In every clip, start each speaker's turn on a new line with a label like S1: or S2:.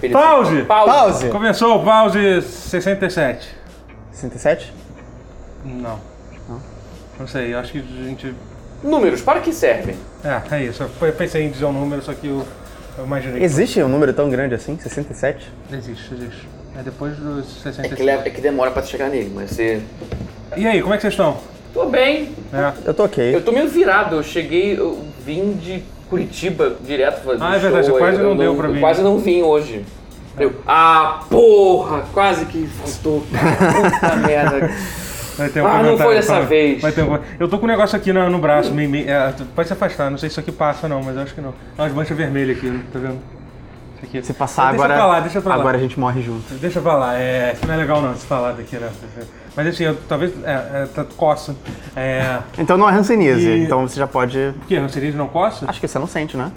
S1: direito.
S2: Pause!
S1: Pause.
S2: Começou o pause 67. é?
S1: 67?
S2: Não. Não sei, eu acho que a gente.
S3: Números, para que servem?
S2: É, é isso. Eu pensei em dizer um número, só que eu, eu imaginei.
S1: Existe um número tão grande assim? 67?
S2: Existe, existe. É depois dos
S3: É
S2: 67.
S3: que, leva- é que demora pra chegar nele, mas você...
S2: E aí, como é que vocês estão?
S3: Tô bem.
S2: É.
S1: Eu tô ok.
S3: Eu tô meio virado. Eu cheguei... Eu vim de Curitiba direto fazer
S2: Ah, é
S3: show,
S2: verdade, você
S3: eu-
S2: quase
S3: eu
S2: não deu pra
S3: eu
S2: mim.
S3: Quase não vim hoje. Eu, ah, porra! Quase que faltou. Puta merda.
S2: Vai ter um
S3: Ah, não
S2: comentário,
S3: foi dessa
S2: calma.
S3: vez.
S2: Vai ter um... comentário. Eu tô com um negócio aqui no, no braço, meio, meio- é, tu- pode se afastar, não sei se isso aqui passa não, mas eu acho que não. Olha as manchas vermelhas aqui, tá vendo? Isso aqui.
S1: Se passar
S2: deixa
S1: agora.
S2: Pra lá, deixa pra lá.
S1: Agora a gente morre junto.
S2: Deixa eu falar, é, que não é legal não esse falar daqui, né? Mas assim, eu talvez. É, é, tá- coça. É,
S1: Então não é rancenise,
S2: E-
S1: então você já pode.
S2: por quê? Ranceríase não coça?
S1: Acho que você não sente, né?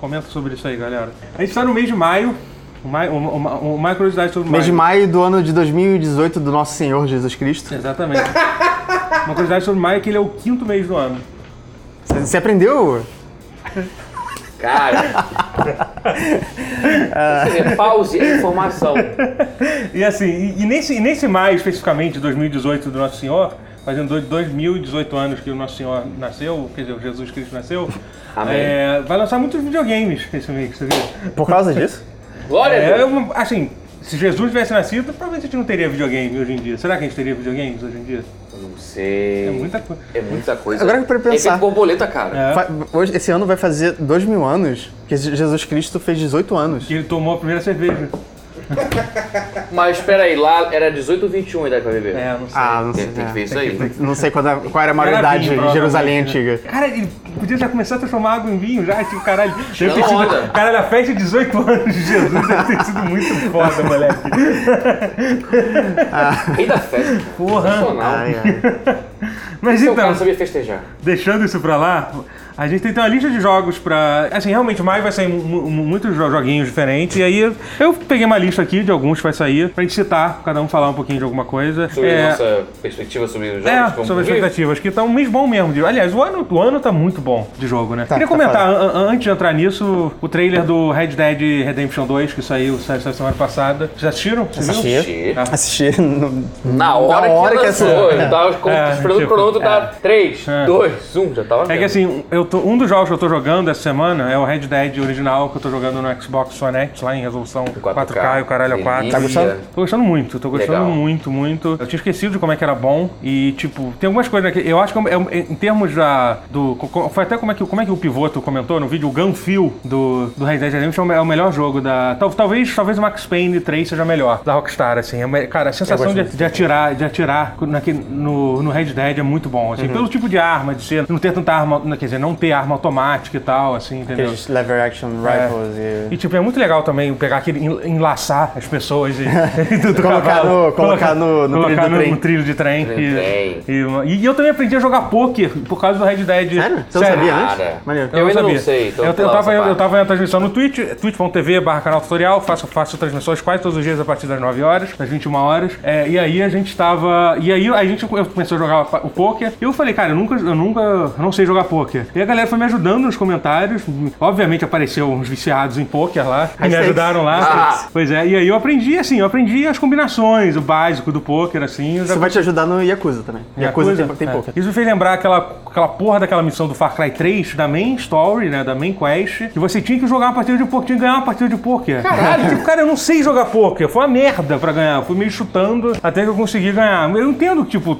S2: Comenta sobre isso aí, galera. A gente tá no mês de maio. Uma, uma, uma, uma curiosidade sobre o
S1: Mês de
S2: maio.
S1: maio do ano de 2018 do Nosso Senhor Jesus Cristo.
S2: Exatamente. uma curiosidade sobre maio é que ele é o quinto mês do ano.
S1: Você você aprendeu?
S3: Cara. Você vê, pause é informação.
S2: E assim, e, e nesse, e nesse maio especificamente, 2018 do Nosso Senhor, fazendo dois- 2018 anos que o Nosso Senhor nasceu, quer dizer, o Jesus Cristo nasceu,
S3: Amém.
S2: é, vai lançar muitos videogames esse mês, você viu?
S1: Por causa disso?
S3: Glória a
S2: É,
S3: Deus.
S2: eu- assim, se Jesus tivesse nascido, provavelmente a gente não teria videogame hoje em dia. Será que a gente teria videogames hoje em dia?
S3: Não sei.
S2: É muita coisa.
S3: É muita coisa.
S1: Agora que eu parei pra pensar.
S3: É efeito borboleta, cara.
S2: É.
S1: Fa- Hoje, esse ano vai fazer dois mil anos que Jesus Cristo fez 18 anos.
S2: Que ele tomou a primeira cerveja.
S3: Mas espera aí, lá era 18 ou 21 a idade pra beber.
S2: É, não sei.
S1: Ah, não sei.
S3: Tem, tem que ver isso
S2: Tem
S3: aí.
S2: que ver.
S1: Não sei quando a- qual era a
S2: Era
S1: maioridade
S2: vinho,
S1: em
S2: provavelmente,
S1: Jerusalém
S2: né?
S1: antiga.
S2: Cara, ele podia já começar a transformar água em vinho já, tipo, caralho. Deve ter
S3: Tirando
S2: sido,
S3: onda.
S2: caralho, a festa de 18 anos de Jesus deve ter sido muito foda, moleque.
S3: Rei da festa.
S2: Porra.
S3: Sensacional.
S1: Ai, ai.
S2: Mas
S3: Seu cara
S2: então,
S3: sabia festejar.
S2: deixando isso pra lá, a gente tem, tem uma lista de jogos pra. Assim, realmente, mais vai sair mu- mu- muitos jo- joguinhos diferentes. E aí, eu peguei uma lista aqui de alguns que vai sair, pra gente citar, cada um falar um pouquinho de alguma coisa.
S3: Sobre
S2: É,
S3: nossa perspectiva sobre os jogos.
S1: Então,
S2: É,
S3: como
S2: sobre as
S3: vive.
S2: expectativas, que tá um mês bom mesmo. de- Aliás, o ano, o ano tá muito bom de jogo, né? Queria
S1: tá
S2: comentar, an- an- antes de entrar nisso, o trailer do Red Dead Redemption 2, que saiu, saiu saiu semana passada. Vocês assistiram? Vocês viram?
S1: Assisti.
S3: Shit.
S1: Assistir no-
S3: Na hora,
S1: hora
S3: que
S1: que
S3: lançou,
S1: essa-
S3: eu tava com-
S2: É,
S3: esperando o
S2: tipo,
S3: cronômetro tá 3,
S2: É.
S3: 2, 1, já tava
S2: É que
S3: vendo.
S2: assim, eu tô- um dos jogos que eu tô jogando essa semana é o Red Dead original, que eu tô jogando no Xbox One X, lá em resolução 4K, e o caralho a 4.
S3: Delícia.
S1: Tá gostando?
S2: Tô gostando muito, tô gostando
S3: Legal.
S2: muito, muito. Eu tinha esquecido de como é que era bom e, tipo, tem algumas coisas aqui. Eu acho que é um- é- em termos da. Do, co- co- foi até como é, que, como é que o pivoto comentou no vídeo, o Gunfield do, do Red Dead Redemption é o me- é o melhor jogo da. tal- talvez, talvez o Max Payne 3 seja melhor da Rockstar, assim. É me- cara, a sensação de, de atirar, de atirar naquele- no, no Red Dead é muito bom, assim. Pelo tipo de arma, de ser. Não ter tanta arma. Quer dizer, não ter arma automática e tal, assim, entendeu?
S1: aqueles lever action rifles
S2: E tipo, é muito legal também pegar aquele, en- enlaçar as pessoas e do, do
S1: Colocar
S2: cavalo.
S1: no- colocar no- no
S2: colocar
S1: trilho do
S2: no,
S1: trem.
S2: no trilho de trem.
S3: Trilho de
S2: E,
S3: trem.
S2: e, uma- e eu também aprendi a jogar pôquer por causa do Red Dead.
S1: e. Sério? Você não
S2: É
S1: sabia
S3: Cara.
S1: antes? Maneiro.
S3: Eu ainda não
S2: sabia.
S3: sei, então
S2: né? eu, eu,
S3: fala essa
S2: tava, eu, eu
S3: parte.
S2: tava na transmissão no Twitch, twitch.tv barra canal tutorial, faço, faço transmissões quase todos os dias a partir das 9 horas, das 21 horas. É, e aí a gente tava. E aí a gente eu comecei a jogar o poker. E eu falei, cara, eu nunca, eu nunca eu não sei jogar poker. E a galera foi me ajudando nos comentários. Obviamente apareceu uns viciados em poker lá, que me
S1: stakes.
S2: ajudaram lá.
S3: Ah.
S2: Pois é, e aí eu aprendi, assim, eu aprendi as combinações, o básico do poker, assim. eu já
S1: Isso vai te ajudar no Yakuza também. Yakuza, tem, tem
S2: é.
S1: pouca.
S2: Isso me fez lembrar aquela, aquela porra daquela missão do Far Cry 3, da main story, né? Da main quest, que você tinha que jogar uma partida de poker, tinha que ganhar uma partida de poker. Caralho, tipo, cara, eu não sei jogar poker. Foi uma merda pra ganhar. Eu Fui meio chutando até que eu consegui ganhar. Eu entendo, tipo,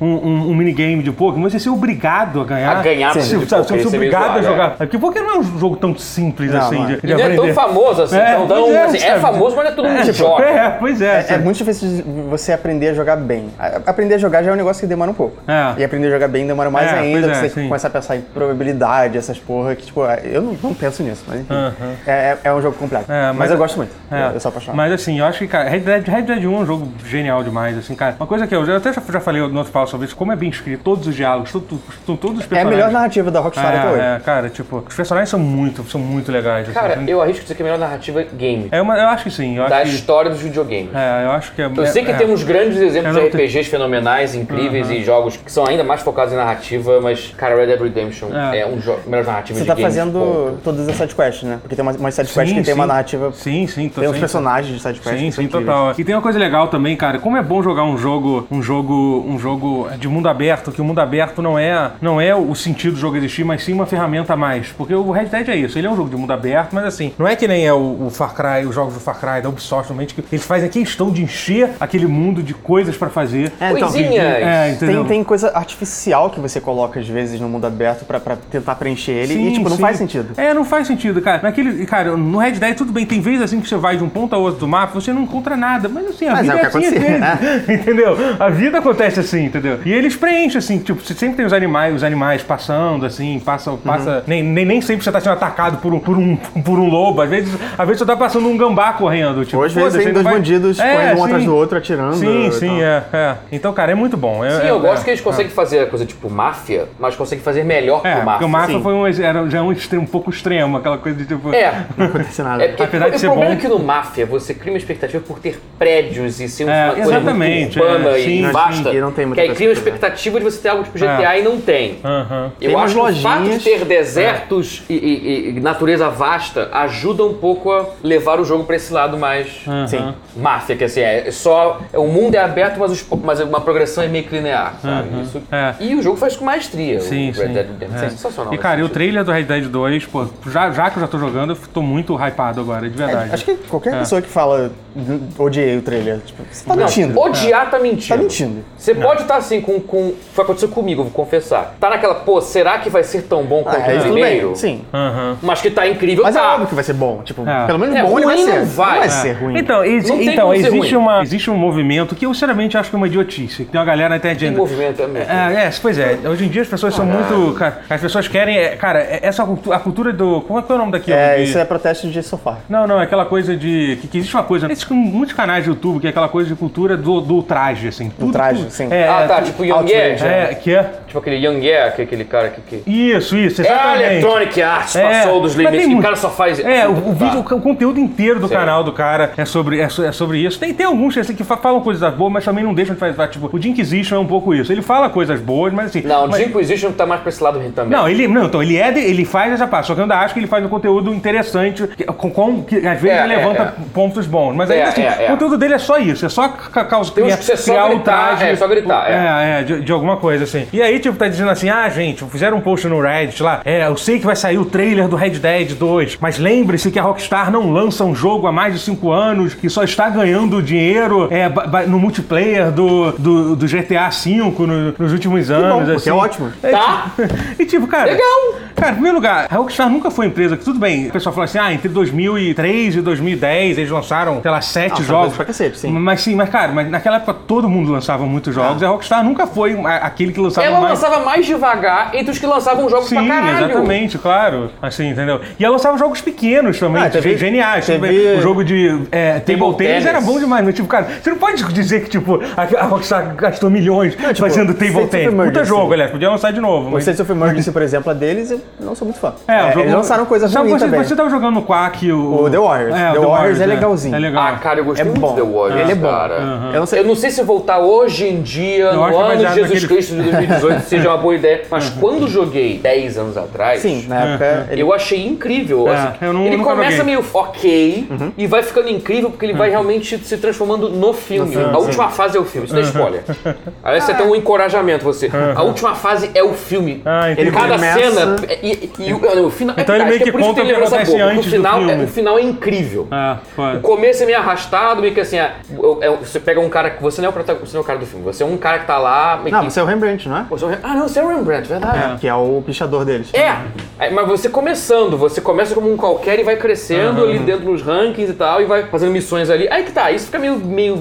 S2: um, um, um minigame de poker, mas você ser obrigado a ganhar.
S3: A ganhar
S2: Sim,
S3: partida de
S2: sabe,
S3: poker,
S2: Você
S3: isso
S2: ser
S3: é meio
S2: obrigado a
S3: zoado,
S2: jogar. Porque poker não é um jogo tão simples
S1: Não,
S2: assim
S1: não é.
S2: de, de
S3: E não é
S2: aprender.
S3: tão famoso assim,
S2: É,
S3: então dá
S2: pois
S3: um,
S2: é,
S3: assim, é
S2: sabe?
S3: famoso, mas não é todo mundo joga.
S2: É, pois é.
S1: É
S2: sabe?
S1: muito difícil de você aprender a jogar bem. A- Aprender a jogar já é um negócio que demora um pouco.
S2: É.
S1: E aprender a jogar bem demora mais
S2: É, pois
S1: ainda,
S2: é,
S1: porque você
S2: sim.
S1: começa a pensar em probabilidade, essas porra, que tipo, eu não, não penso nisso, mas enfim.
S2: Aham.
S1: É, é- é um jogo complexo.
S2: É,
S1: mas,
S2: mas-
S1: eu gosto muito.
S2: É,
S1: Eu sou apaixonado.
S2: Mas assim, eu acho que, cara, Red Dead, Red Dead 1 é um jogo genial demais, assim, cara. Uma coisa que eu, eu até já, já falei no outro pau sobre isso, como é bem escrito, todos os diálogos, tudo, tudo- todos os
S1: é a
S2: personagens.
S1: melhor narrativa da Rockstar até hoje.
S2: é, é, cara, tipo, os personagens são muito, são muito legais. assim.
S3: Cara, eu arrisco dizer que é a melhor narrativa game
S2: É uma- eu acho que sim, eu
S3: da
S2: acho que.
S3: história dos videogames.
S2: É, eu acho que é.
S3: Eu sei que um-
S2: é,
S3: temos grandes exemplos
S2: Eu
S3: de
S2: não tenho-
S3: RPGs fenomenais, incríveis e jogos que são ainda mais focados em narrativa Telltale, mas, cara, Red Dead Redemption
S2: É.
S3: é, um jogo, melhor narrativa
S1: Você
S3: de
S1: tá
S3: games,
S1: fazendo
S3: ponto.
S1: todas as sidequests, né? Porque tem umas umas sidequests que tem uma narrativa.
S2: Sim, sim, tô
S1: Tem uns
S2: sempre-
S1: personagens de sidequests.
S2: Sim,
S1: que são
S2: sim,
S1: incríveis.
S2: total. E tem uma coisa legal também, cara, como é bom jogar um jogo, um jogo, um jogo de mundo aberto, que o mundo aberto não é, não é o sentido do jogo existir, mas sim uma ferramenta a mais. Porque o Red Dead é isso, ele é um jogo de mundo aberto, mas assim, não é que nem é o, o Far Cry, os jogos do Far Cry, da Ubisoft, realmente, que eles fazem questão de encher aquele mundo de coisas pra fazer.
S1: É, então,
S3: Coisinhas!
S2: É, entendeu?
S1: Tem, tem coisa artificial que você coloca às vezes no mundo aberto pra, pra tentar preencher ele
S2: Sim,
S1: e tipo, não
S2: sim.
S1: faz sentido.
S2: É, não faz sentido, cara. Naquele, cara, no Red Dead tudo bem, tem vezes assim que você vai de um ponto a outro do mapa, você não encontra nada, mas assim, a
S1: Mas é
S2: vida
S1: o que
S2: assim,
S1: acontece, né?
S2: às vezes, entendeu? A vida acontece assim, entendeu? E eles preenchem assim, tipo, você sempre tem os animais, os animais passando assim, passa,
S1: Uhum.
S2: passa, nem, nem, nem sempre você tá sendo atacado por um, por um, por um lobo, às vezes, às vezes você tá passando um gambá correndo, tipo,
S1: Hoje vezes
S2: foda-se,
S1: tem
S2: ele não
S1: dois
S2: vai-
S1: bandidos
S2: É,
S1: correndo um
S2: sim.
S1: atrás do outro, atirando.
S2: Sim,
S1: e
S2: sim,
S1: tal.
S2: é, é. Então, cara, é muito bom. É-
S3: Sim,
S2: é-
S3: eu gosto
S2: é.
S3: que eles conseguem fazer a coisa tipo máfia, mas conseguem fazer melhor
S2: É,
S3: que o
S2: porque
S3: máfia.
S2: o Mafia
S1: Sim.
S2: foi um, ex- era, já é um, extremo, um pouco extremo, aquela coisa de tipo.
S3: É,
S1: Não acontece nada.
S3: É porque
S2: Apesar de
S3: o
S2: ser
S3: problema
S2: bom.
S3: é que no Máfia você cria uma expectativa por ter prédios e ser uma
S2: É,
S3: coisa muito
S2: exatamente,
S3: urbana
S2: é,
S3: e
S2: sim, É.
S3: vasta.
S1: sim, e não tem muita
S3: que aí
S1: coisa
S3: cria uma
S1: pra fazer.
S3: expectativa de você ter algo tipo GTA e não tem.
S2: Aham.
S3: Eu
S1: Tem umas
S3: acho que o fato de
S1: lojinhas.
S3: ter desertos e, e- e natureza vasta ajuda um pouco a levar o jogo pra esse lado mais
S2: Ah.
S1: Sim.
S3: máfia, que assim, é só. é, o mundo é aberto, mas, os- mas uma progressão é meio que linear, sabe? Isso-
S2: é.
S3: E o jogo faz com maestria.
S2: Sim,
S3: o
S2: sim.
S3: Red Dead Redemption.
S2: É.
S3: É sensacional.
S2: E
S3: nesse
S2: cara, e o
S3: sentido.
S2: trailer do Red Dead 2, pô, já, já que eu já tô jogando, eu tô muito hypado agora, de
S3: É,
S2: verdade.
S1: Acho que qualquer pessoa que fala "Hum, odiei o trailer, tipo, você tá mentindo.
S3: Odiar tá mentindo.
S1: Tá mentindo.
S3: Você pode estar assim com, com. Foi acontecer comigo, vou confessar. Tá naquela, pô, será que vai ser tão bom quanto
S1: É,
S3: o
S1: tudo
S3: primeiro?
S1: bem. Sim.
S2: Aham.
S3: Mas que tá incrível,
S1: Mas é
S3: tá.
S1: óbvio que vai ser bom. Tipo,
S2: É.
S1: pelo menos
S3: É,
S1: bom ele vai
S3: ruim
S1: ser.
S3: não vai.
S1: vai
S3: É.
S1: ser ruim.
S2: Então, ex-
S3: Não tem
S2: então
S3: como ser
S2: existe,
S3: ruim.
S2: uma, existe um movimento que eu sinceramente acho que é uma idiotice. que Tem uma galera na internet
S3: O
S2: dizendo,
S3: movimento é mesmo.
S2: É, é, pois é. Hoje em dia as pessoas são muito. Cara, as pessoas querem. é, Cara, é- essa cultu- a cultura do. Como é que é o nome daquilo?
S1: É,
S2: De-
S1: isso é protesto de sofá.
S2: Não, não, é aquela coisa de. Que, que existe uma coisa. Existem muitos canais do YouTube que é aquela coisa de cultura do, do traje, assim. Tudo,
S1: traje,
S2: tudo-
S1: sim.
S2: É,
S3: ah, tá,
S2: tu-
S3: tipo Young
S1: Outrage,
S3: Air.
S2: É, que é.
S3: Tipo aquele Young Air, que é aquele cara que. que...
S2: Isso, isso,
S3: É a
S2: exatamente. É,
S3: Electronic Arts, passou dos
S2: mas tem
S3: limites. E o
S2: muito-
S3: cara só faz.
S2: É, o, o
S3: Tá.
S2: vídeo, o conteúdo inteiro do
S3: Sério.
S2: canal do cara é sobre, é, so- é sobre isso. Tem, tem alguns assim, que fa- falam coisas boas, mas também não deixam de fazer. Tipo, o Dinquisition é um pouco isso. Ele fala coisas boas, mas assim.
S3: Não, o
S2: mas,
S3: Jim Inquisition tá mais pra esse lado também.
S2: não, ele não, então ele é, de- ele faz essa parte, só que eu ainda acho que ele faz um conteúdo interessante, que, com, com- que às vezes
S3: É,
S2: ele
S3: é,
S2: levanta
S3: é.
S2: pontos bons, mas
S3: É,
S2: ainda assim,
S3: é, é.
S2: o conteúdo dele é só isso, é só ca- causa
S3: Tem uns que você só gritar, é, só gritar,
S2: é, é, de, de alguma coisa assim. E aí tipo tá dizendo assim: "Ah, gente, fizeram um post no Reddit lá, é, eu sei que vai sair o trailer do Red Dead 2, mas lembre-se que a Rockstar não lança um jogo há mais de 5 anos que só está ganhando dinheiro é, ba- ba- no multiplayer do, do, do GTA V no- nos últimos anos,
S1: porque
S2: assim.
S1: é ótimo.
S2: É,
S3: Tá.
S2: tipo- E tipo, cara.
S3: Legal.
S2: Cara, em primeiro lugar, a Rockstar nunca foi uma empresa que, tudo bem, o pessoal fala assim, ah, entre 2003 e 2010 eles lançaram, sei lá, sete
S1: Ah,
S2: jogos.
S1: coisa pra cacete, sim.
S2: Mas sim, mas cara, mas naquela época todo mundo lançava muitos jogos, e a Rockstar nunca foi a- aquele que lançava
S3: Ela
S2: tá mais.
S3: lançava mais devagar entre os que lançavam jogos pra
S2: Sim,
S3: caralho.
S2: exatamente, claro. Assim, entendeu? E ela lançava jogos pequenos também,
S1: Ah, teve-
S2: ge- geniais. tipo,
S1: teve-
S2: O jogo de é, table,
S3: Table
S2: tennis
S3: tennis.
S2: era bom demais, mas tipo, cara, você não pode dizer que, tipo, a a Rockstar gastou milhões
S1: tipo,
S2: fazendo table
S1: States of
S2: tennis. Puta
S1: Emergency.
S2: jogo, aliás, podia lançar de novo.
S1: O
S2: mas-
S1: Sense of Emergency, por exemplo, é deles, eu não sou muito fã.
S2: É, o jogo...
S1: eles lançaram coisas
S2: Sabe,
S1: ruins
S2: você,
S1: também.
S2: Você tava jogando no Quack o...
S1: O The Warriors.
S2: o
S1: The Warriors é legalzinho.
S2: É legal.
S3: Ah, cara, eu gostei
S1: É
S3: muito
S1: bom.
S3: do The Warriors,
S1: Ele é bom.
S3: cara.
S1: Eu não sei.
S3: Eu não sei se voltar hoje em dia,
S2: Eu acho
S3: no
S2: que é
S3: ano de
S2: baseado
S3: Jesus
S2: naquele-
S3: Cristo de 2018, seja uma boa ideia. Mas quando joguei 10 anos atrás,
S1: Sim, na época. ele-
S3: eu achei incrível.
S2: É,
S3: assim,
S2: eu não-
S3: ele
S2: nunca
S3: começa
S2: joguei. Uhum.
S3: meio ok e vai ficando incrível porque ele vai realmente se transformando no filme. a última fase é o filme. Isso
S2: Uhum.
S3: não é spoiler. Aí você tem um encorajamento, você. A última fase é o filme.
S2: Ah, entendi.
S3: Ele cada
S1: Começa-
S3: cena. E, e- e o, o final.
S2: Então ele
S3: acho
S2: meio que
S3: é por isso
S2: conta o
S3: tem
S2: que
S3: lembrança
S2: acontece
S3: boa, porque
S2: antes
S3: o
S2: do
S3: final,
S2: filme.
S3: É, o final é incrível.
S2: Ah,
S3: O
S2: foda.
S3: começo é meio arrastado, meio que assim, ah, eu- eu- você pega um cara que. Você não é o protagonista, você não é o cara do filme, você é um cara que tá lá. Meio
S1: Não,
S3: que,
S1: você é o Rembrandt, não é?
S3: você é um- Ah, não, você é o Rembrandt, verdade.
S1: Que é o pichador deles.
S3: É. Aí, Mas você começando, você começa como um qualquer e vai crescendo ali dentro dos rankings e tal, e vai fazendo missões ali. Aí que tá, isso fica meio, meio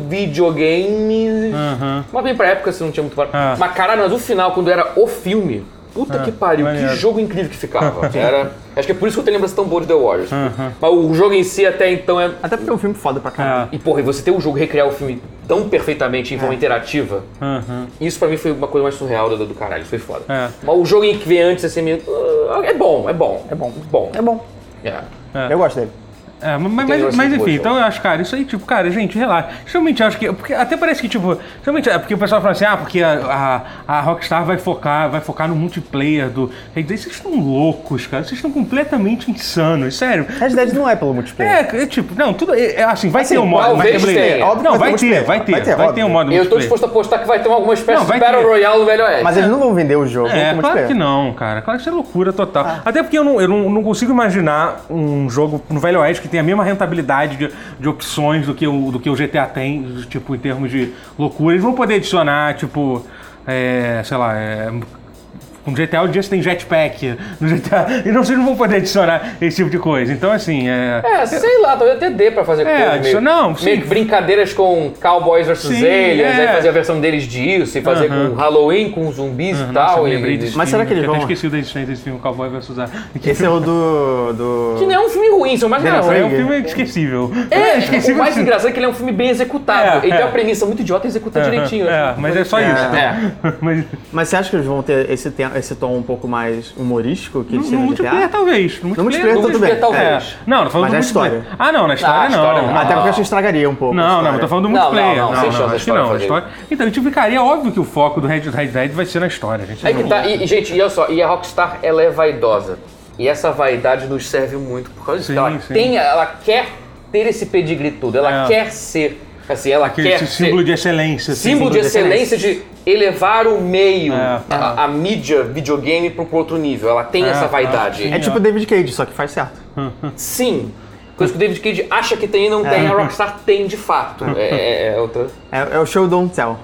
S3: videogame.
S2: Aham.
S3: Mas bem pra época, assim, não tinha muito.
S2: Ah.
S3: Mas caralho, mas o final, quando era o filme. Puta que pariu,
S2: maneiro.
S3: que jogo incrível que ficava. Era, acho que é por isso que eu tenho lembrança tão boa de The Warriors. Mas o jogo em si até então é,
S1: Até porque é um filme foda pra caramba.
S2: Ah,
S3: e, porra, e você ter o jogo recriar o filme tão perfeitamente
S2: É.
S3: em forma interativa,
S2: aham.
S3: isso pra mim foi uma coisa mais surreal do, do caralho, isso foi foda.
S2: É.
S3: Mas o jogo em que vem antes, assim, meio. ah, é bom, é bom.
S1: É bom.
S3: Bom.
S1: É bom.
S3: É.
S1: Eu gosto dele.
S2: É, mas, mas-
S3: Tem
S2: mas,
S3: negócio muito
S2: enfim,
S3: boa,
S2: então eu acho, cara, isso aí, tipo, cara, gente, relaxa. Realmente acho que. Porque até parece que, tipo, realmente, é porque o pessoal fala assim, ah, porque a, a, a Rockstar vai focar, vai focar no multiplayer do. Red Dead. Vocês estão loucos, cara. Vocês estão completamente insanos, sério.
S1: Red Dead não é pelo multiplayer.
S2: É, é, tipo, não, tudo. É, é assim, vai
S1: Assim,
S2: ter um modo.
S3: talvez
S2: vai ter multiplayer.
S3: tenha.
S1: Óbvio que
S2: Não,
S1: vai
S2: vai
S1: ter
S2: ter,
S1: multiplayer.
S2: vai ter.
S1: Vai ter,
S2: Vai ter um
S1: óbvio.
S2: modo
S3: Eu tô
S2: multiplayer.
S3: disposto a apostar que vai ter alguma espécie
S2: Não, vai
S3: de Battle
S2: ter.
S3: Royale no Velho Oeste.
S1: Mas eles não vão vender o jogo
S2: É, claro
S1: com multiplayer.
S2: que não, cara. Claro que isso é loucura total.
S1: Ah.
S2: Até porque eu, não, eu não, não consigo imaginar um jogo no Velho Oeste que tenha a mesma rentabilidade de, de opções do que, o, do que o GTA tem, tipo, em termos de loucura. Eles vão poder adicionar, tipo, é, sei lá, é, no GTA o dia você tem jetpack, no GTA... E não, vocês não vão poder adicionar esse tipo de coisa. Então, assim, é...
S3: É, sei lá, talvez até dê pra fazer
S2: É,
S3: coisa meio,
S2: isso- não,
S3: meio
S2: sim.
S3: que brincadeiras com Cowboys vs
S2: Sim,
S3: Aliens,
S2: é.
S3: aí fazer a versão deles disso, e fazer com Halloween, com zumbis e
S2: Nossa,
S3: tal.
S2: eu
S3: e-
S2: lembrei desse
S1: Ah, Mas
S2: filme,
S1: será que eles
S2: eu até
S1: vão-
S2: esqueci da existência desse filme, Cowboy vs. Aliens.
S1: Esse é o do. do...
S3: Que não é um filme ruim, são mais
S1: Não,
S3: não,
S2: É um
S1: Craig?
S2: filme esquecível.
S3: É,
S2: esquecível
S3: o mais
S2: sim.
S3: engraçado é que ele é um filme bem executado.
S2: É,
S3: ele
S2: é.
S3: tem uma premissa muito idiota e executa direitinho. assim.
S2: É,
S1: assim.
S2: mas é só isso.
S3: É.
S2: Mas
S1: Mas você acha que eles vão ter esse, tem- esse tom um pouco mais humorístico que eles
S2: no
S1: tinham no
S2: multiplayer
S1: GTA?
S2: talvez. No
S1: multiplayer,
S2: talvez.
S1: tá tudo bem.
S3: talvez.
S2: É. Não, não tô falando
S1: Mas na
S2: do multiplayer.
S1: história.
S2: Ah, não, na história,
S3: história
S2: não.
S3: não.
S1: Até porque eu acho que estragaria um pouco. a
S2: Não, não, eu
S1: história.
S2: tô falando do
S3: Não, não,
S2: multiplayer.
S3: não, sem chance da
S2: acho que
S3: história
S2: não. a
S3: fazer
S2: história- Então, tipo, cara, é óbvio que o foco do Red Dead Red Dead vai ser na história, gente.
S3: Aí que tá, e, e, gente, e olha só, e a Rockstar, ela é vaidosa. E essa vaidade nos serve muito por causa disso.
S2: Sim,
S3: ela
S2: sim.
S3: tem, ela quer ter esse pedigree todo, ela
S2: É.
S3: quer ser, assim, ela
S2: Aquele
S3: quer
S2: esse
S3: ser-
S2: símbolo de excelência. assim.
S3: símbolo de excelência de elevar o meio,
S2: É.
S3: a, a mídia videogame para um outro nível. Ela tem
S2: É,
S3: essa
S2: é,
S3: vaidade.
S2: sim.
S1: É tipo David Cage, só que faz certo.
S3: Sim. Coisa que o David Cage acha que tem e não
S2: É.
S3: tem, a Rockstar tem de fato. É, é, é outra.
S1: É, é o show Don't Tell.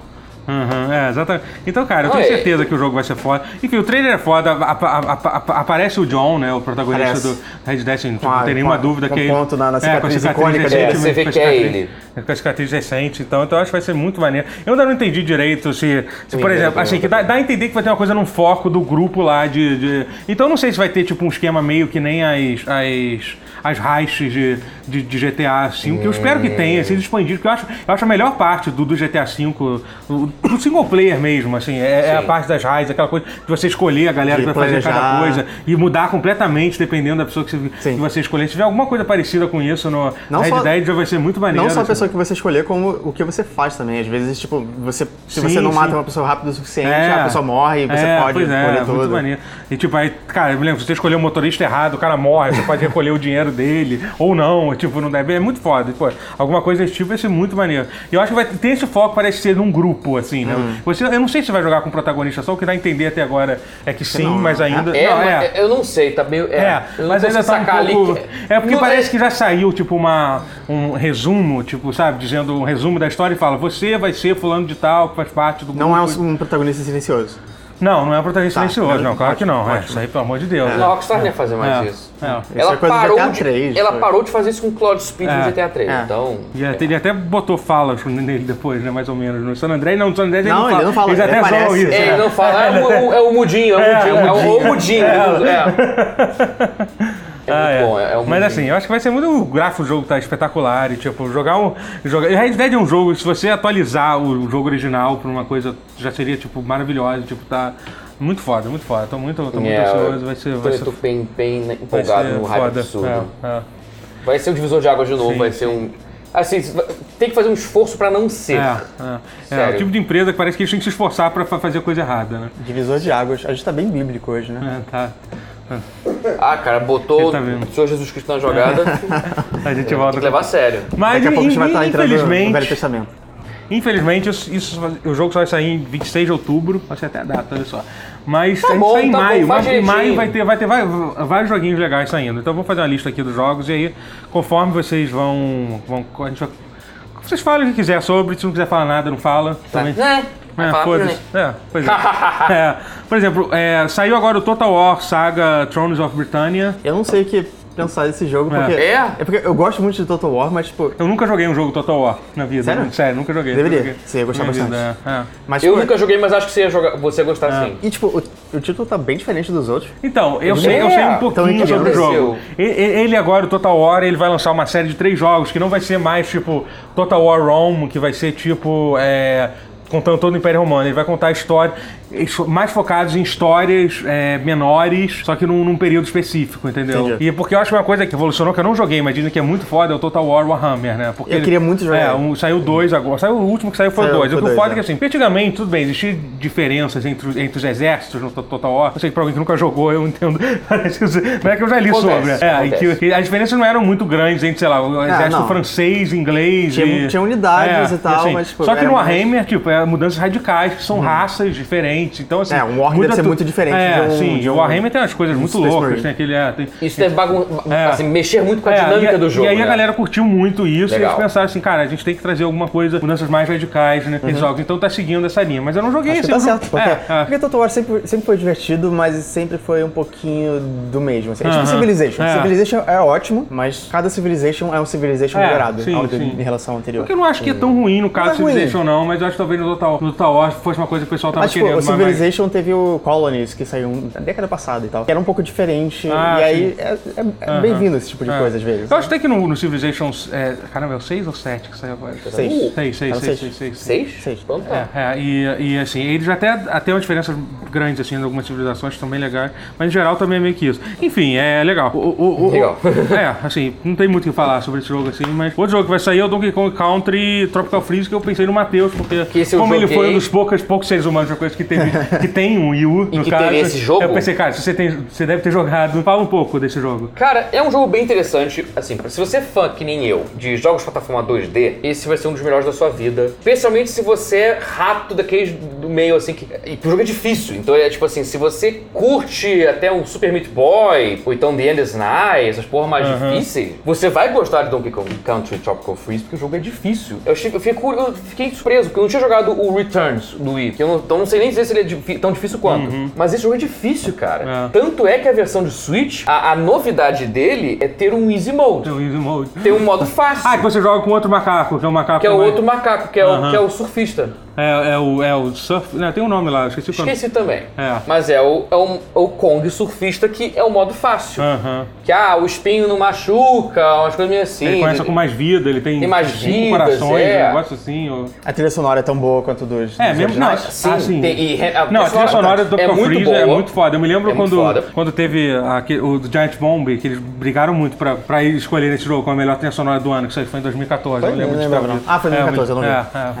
S2: Aham, é, exatamente. Então, cara, eu tenho
S3: Ah, é.
S2: certeza que o jogo vai ser foda. Enfim, o trailer é foda. a- a- a- a- aparece o John, né? O protagonista
S1: Aparece.
S2: do Red Dead. Assim, tipo,
S1: a-
S2: não tem nenhuma
S1: com a-
S2: dúvida
S1: com
S2: que.
S1: ponto na- na cicatriz icônica
S2: recente,
S1: dele.
S2: com
S3: Você vê
S2: a
S3: que é
S2: cicatriz-
S3: ele.
S2: Com a cicatriz recente, então, então eu acho que vai ser muito maneiro. Eu ainda não entendi direito se. se, por
S3: Ninguém
S2: exemplo,
S3: entendeu
S2: assim, que dá, dá a entender que vai ter uma coisa num foco do grupo lá de. de- Então eu não sei se vai ter, tipo, um esquema meio que nem as. as as heists de, de, de GTA V, que eu espero que tenha, se eles expandirem, porque eu acho, eu acho a melhor parte do, do GTA V, o- o- do single player mesmo, assim, é, é a
S3: Sim.
S2: parte das raids, aquela coisa de você escolher a galera
S1: De
S2: que vai fazer cada
S1: planejar.
S2: coisa e mudar completamente dependendo da pessoa que você,
S1: Sim.
S2: que você escolher. Se tiver alguma coisa parecida com isso no
S1: Não
S2: Red
S1: só-
S2: Dead, já vai ser muito maneiro.
S1: Não só a
S2: assim.
S1: pessoa que você escolher, como o que você faz também. Às vezes, tipo, você,
S2: Sim,
S1: se você não
S2: sim.
S1: mata uma pessoa rápido o suficiente,
S2: É.
S1: a pessoa morre, você
S2: É,
S1: pode
S2: pois é,
S1: escolher
S2: muito
S1: tudo.
S2: maneiro. E tipo, aí, cara, eu me lembro, se você escolher o motorista errado, o cara morre, você pode recolher o dinheiro dele, ou não, tipo, não deve. É muito foda. Pô, alguma coisa desse tipo vai ser muito maneiro. E eu acho que vai ter esse foco, parece ser num grupo, assim, né?
S1: Hum.
S2: Você, eu não sei se vai jogar com o protagonista só, o que dá a entender até agora é que sim,
S1: não,
S2: mas
S1: é.
S2: ainda.
S3: É,
S2: não,
S3: mas eu não sei, tá meio. É,
S2: É,
S3: eu não
S2: mas ainda
S3: consigo
S2: tá um
S3: sacar
S2: pouco...
S3: ali.
S2: É porque
S3: Não,
S2: parece que já saiu, tipo, uma, um resumo, tipo, sabe? Dizendo um resumo da história e fala, você vai ser fulano de tal, que faz parte do grupo.
S1: Não é um, um protagonista silencioso.
S2: Não, não é um protagonista
S1: Tá,
S2: silencioso,
S1: beleza.
S2: não, claro que não. É,
S1: Ótimo.
S2: isso aí, pelo amor de Deus.
S3: A Rockstar não ia fazer mais
S2: É,
S3: isso.
S2: é.
S1: Isso
S3: Ela,
S1: é coisa do
S3: parou
S1: GTA
S3: de,
S1: três,
S3: ela
S1: foi.
S3: parou de fazer isso com o Cloud Speed
S2: É.
S3: no GTA 3,
S1: É.
S3: então.
S2: E até- ele até botou falas nele depois, né? Mais ou menos. No San André, não, no San André ele
S1: Não,
S2: não
S1: ele
S2: fala.
S1: não fala,
S2: Eles
S1: ele
S2: até
S1: aparece.
S2: zoam isso.
S3: É,
S2: né?
S3: ele não fala, é, o, é o mudinho, é o mudinho, é, o, o mudinho. É. É
S2: Ah,
S3: muito bom, é, é o
S2: Mas
S3: mudinho.
S2: assim, eu acho que vai ser muito. O gráfico do jogo tá espetacular e, tipo, jogar um. Jogar... e Red Dead é um jogo, se você atualizar o jogo original pra uma coisa, já seria, tipo, maravilhosa. Tipo, tá muito foda, muito foda. Tô muito, tô muito
S3: É,
S2: ansioso, vai ser.
S3: eu
S2: Vai ser,
S3: tô bem, bem
S2: vai
S3: empolgado
S2: ser
S3: no hype
S2: foda.
S3: absurdo.
S2: É, é.
S3: Vai ser o divisor de água de novo,
S2: Sim,
S3: vai ser um. Assim, tem que fazer um esforço pra não ser.
S2: É, é, é,
S3: Sério.
S2: o tipo de empresa que parece que eles têm que se esforçar pra fa- fazer coisa errada, né?
S1: Divisor de águas. A gente tá bem bíblico hoje, né?
S2: É, tá.
S3: Ah, cara, botou
S2: Ele tá É. vendo.
S3: o Senhor Jesus Cristo na jogada, É, tem
S2: A gente volta.
S3: que levar a sério.
S2: Mas,
S1: Daqui a pouco a gente vai
S2: in-
S3: tá
S1: estar entrando no Velho
S2: infelizmente,
S1: Testamento.
S2: infelizmente isso, isso- o jogo só vai sair em 26 de outubro, vai ser até a data, olha só. Mas a gente
S3: bom,
S2: sai em
S3: tá bom,
S2: maio,
S3: faz
S2: mas em maio
S3: direitinho.
S2: vai ter, vai ter vai- vários joguinhos legais saindo. Então vamos fazer uma lista aqui dos jogos e aí, conforme vocês vão. vão a gente vai- vocês falam o que quiser sobre, se não quiser falar nada, não fala. Também.
S3: Né? Vai
S2: É,
S3: falar pra
S2: foda-se.
S3: mim.
S2: É, pois é. É, Por exemplo, é, saiu agora o Total War Saga Thrones of Britannia.
S1: Eu não sei o que pensar desse jogo,
S2: É.
S1: porque.
S3: É?
S1: porque eu gosto muito de Total War, mas, tipo.
S2: Eu nunca joguei um jogo Total War na vida.
S1: Sério?
S2: Sério, nunca joguei.
S1: Deveria.
S2: nunca joguei.
S1: Você ia gostar
S2: Na vida,
S1: bastante.
S2: é, é.
S1: Mas,
S3: Eu
S1: tipo,
S3: nunca joguei, mas acho que você ia, jogar, você ia gostar sim.
S1: E, tipo, o, o título tá bem diferente dos outros.
S2: Então, eu sei, eu sei um
S1: Então,
S2: pouquinho
S1: o que
S2: sobre o jogo.
S3: aconteceu?
S2: E- e- Ele agora, o Total War, ele vai lançar uma série de três jogos, que não vai ser mais tipo Total War Rome, que vai ser tipo. é, contando todo o Império Romano. Ele vai contar a história. eles fo- mais focados em histórias é, menores, só que num, num período específico, entendeu?
S1: Entendi.
S2: E porque eu acho uma coisa que evolucionou, que eu não joguei, mas dizem que é muito foda, é o Total War Warhammer, né? Porque
S1: Eu queria muito jogar.
S2: É, um, saiu dois agora. Saiu o último que saiu foi
S1: Saiu,
S2: dois. O
S1: foi
S2: que o
S1: dois,
S2: foda é
S1: é.
S2: que assim, porque antigamente, tudo bem, existiam diferenças entre, os- entre os exércitos no to- Total War. Eu sei que pra alguém que nunca jogou, eu entendo. Parece que você- Não é que eu já li
S3: Acontece,
S2: sobre. É, e que-
S3: acontece.
S2: e as diferenças não eram muito grandes entre, sei lá, o exército
S1: Ah, não.
S2: francês, inglês.
S1: Tinha-
S2: e- É, assim,
S1: tinha unidades e tal, mas, tipo,
S2: Só que
S1: era
S2: no
S1: mais- Uhum.
S2: Warhammer Warhammer, tipo, é mudanças radicais, que são raças diferentes. Então, assim.
S1: É, um Warhammer
S2: muda
S1: deve ser
S2: tu-
S1: muito diferente
S2: É,
S1: de um-
S2: sim.
S1: de
S2: o
S1: um-
S2: Warhammer tem umas coisas muito
S1: Space
S2: loucas.
S1: Marine.
S2: Tem aquele. é, tem-
S3: Isso deve bagun-
S2: É.
S3: assim, mexer muito com a
S2: é,
S3: dinâmica
S2: e,
S3: do jogo.
S2: E aí
S3: né?
S2: a galera curtiu muito isso e
S3: Legal.
S2: eles pensaram assim, cara, a gente tem que trazer alguma coisa, mudanças mais radicais, né?
S3: Uhum.
S2: nesses jogos. Então tá seguindo essa linha. Mas eu não joguei
S1: Acho
S2: esse
S1: que tá
S2: eu não-
S1: certo, porque,
S2: é, é.
S1: porque Total War sempre, sempre foi divertido, mas sempre foi um pouquinho do mesmo. assim. É tipo
S2: Aham.
S1: Civilization.
S2: É.
S1: Civilization é ótimo, mas cada Civilization é um Civilization
S2: É,
S1: melhorado
S2: sim,
S1: ao de-
S2: sim.
S1: em relação ao anterior.
S2: Porque eu não acho que é tão ruim no caso
S1: Não é
S2: do Civilization, não, mas eu acho que talvez no Total, no Total War fosse uma coisa que o pessoal tava
S1: Mas, tipo,
S2: querendo.
S1: o
S2: mas- mas-
S1: Civilization teve o Colonies, que saiu um- na década passada e tal. Que era um pouco diferente,
S2: Ah,
S1: e aí é, é- é bem-vindo esse tipo de
S2: É.
S1: coisa, às vezes.
S2: Eu acho até que no, no Civilization. É, caramba, é o 6 ou 7 que saiu agora?
S1: Seis.
S2: Seis, seis,
S1: Era
S2: seis, seis,
S1: seis.
S2: seis, seis.
S3: Seis?
S1: Seis.
S3: Então tá.
S2: É, é, e, e assim, eles até, até uma diferença grande, assim, em algumas civilizações também legais, mas em geral também é meio que isso. Enfim, é legal. O, o- o-
S3: Legal.
S2: o- é, assim, não tem muito o que falar sobre esse jogo, assim, mas outro jogo que vai sair é o Donkey Kong Country Tropical Freeze, que eu pensei no Matheus, porque
S3: Que esse é eu
S2: como ele
S3: joguei.
S2: foi um dos poucos, poucos seres humanos uma coisa que, teve, que tem um Yu,
S3: E
S2: no
S3: que
S2: caso,
S3: teve esse jogo?
S2: eu pensei, cara, se você, tem, você deve ter jogado, fala um pouco desse jogo.
S3: Cara, é um jogo bem interessante. Assim, se você é fã, que nem eu, de jogos de plataforma 2D, esse vai ser um dos melhores da sua vida. Especialmente se você é rato daqueles do meio, assim, que. E o jogo é difícil. Então é tipo assim, se você curte até um Super Meat Boy, ou então The Endless Night, essas porra mais difíceis, você vai gostar de Donkey Kong Country Tropical Freeze, porque o jogo é difícil. Eu, achei- eu fico- eu fiquei surpreso, porque eu não tinha jogado o Returns do Wii, que eu não, então não sei nem dizer se ele é difi- tão difícil quanto. Mas esse jogo é difícil, cara.
S2: Uhum. É.
S3: Tanto é que a versão de Switch, a, a novidade dele é ter um Easy Mode.
S2: Então, Easy Mode.
S3: Tem um modo fácil,
S2: Ah, que você joga com outro macaco, que é o macaco.
S3: que é o
S2: mais-
S3: outro macaco, que é, o,
S2: Aham.
S3: que é o surfista.
S2: É, é o, é o Surf. Não, tem um nome lá, esqueci o nome.
S3: Esqueci também.
S2: É.
S3: Mas é o, é, o, é o Kong surfista, que é o modo fácil.
S2: Aham.
S3: Que, ah, o espinho não machuca, umas coisas meio assim.
S2: Ele começa com mais vida, ele tem,
S3: Tem mais
S2: cinco
S3: vidas,
S2: corações,
S3: é.
S2: um negócio assim. ou-
S1: A trilha sonora é tão boa quanto dos.
S2: É,
S1: dos
S2: mesmo. Não,
S1: originais.
S3: Sim,
S2: ah, sim.
S3: tem- e re-
S2: Não, a trilha sonora do
S3: é
S2: Dr.
S3: muito
S2: Freeze
S3: boa.
S2: é muito foda. Eu me lembro
S3: É muito
S2: quando,
S3: foda.
S2: quando teve aque- o do Giant Bomb, que eles brigaram muito pra, pra eles escolherem esse jogo como a melhor trilha sonora do ano, que isso aí foi em 2014.
S1: Foi?
S2: Eu lembro
S1: Não
S2: de
S1: lembro,
S2: ter
S1: não.
S2: visto.
S1: Ah, foi em 2014,
S2: é,
S1: eu não lembro.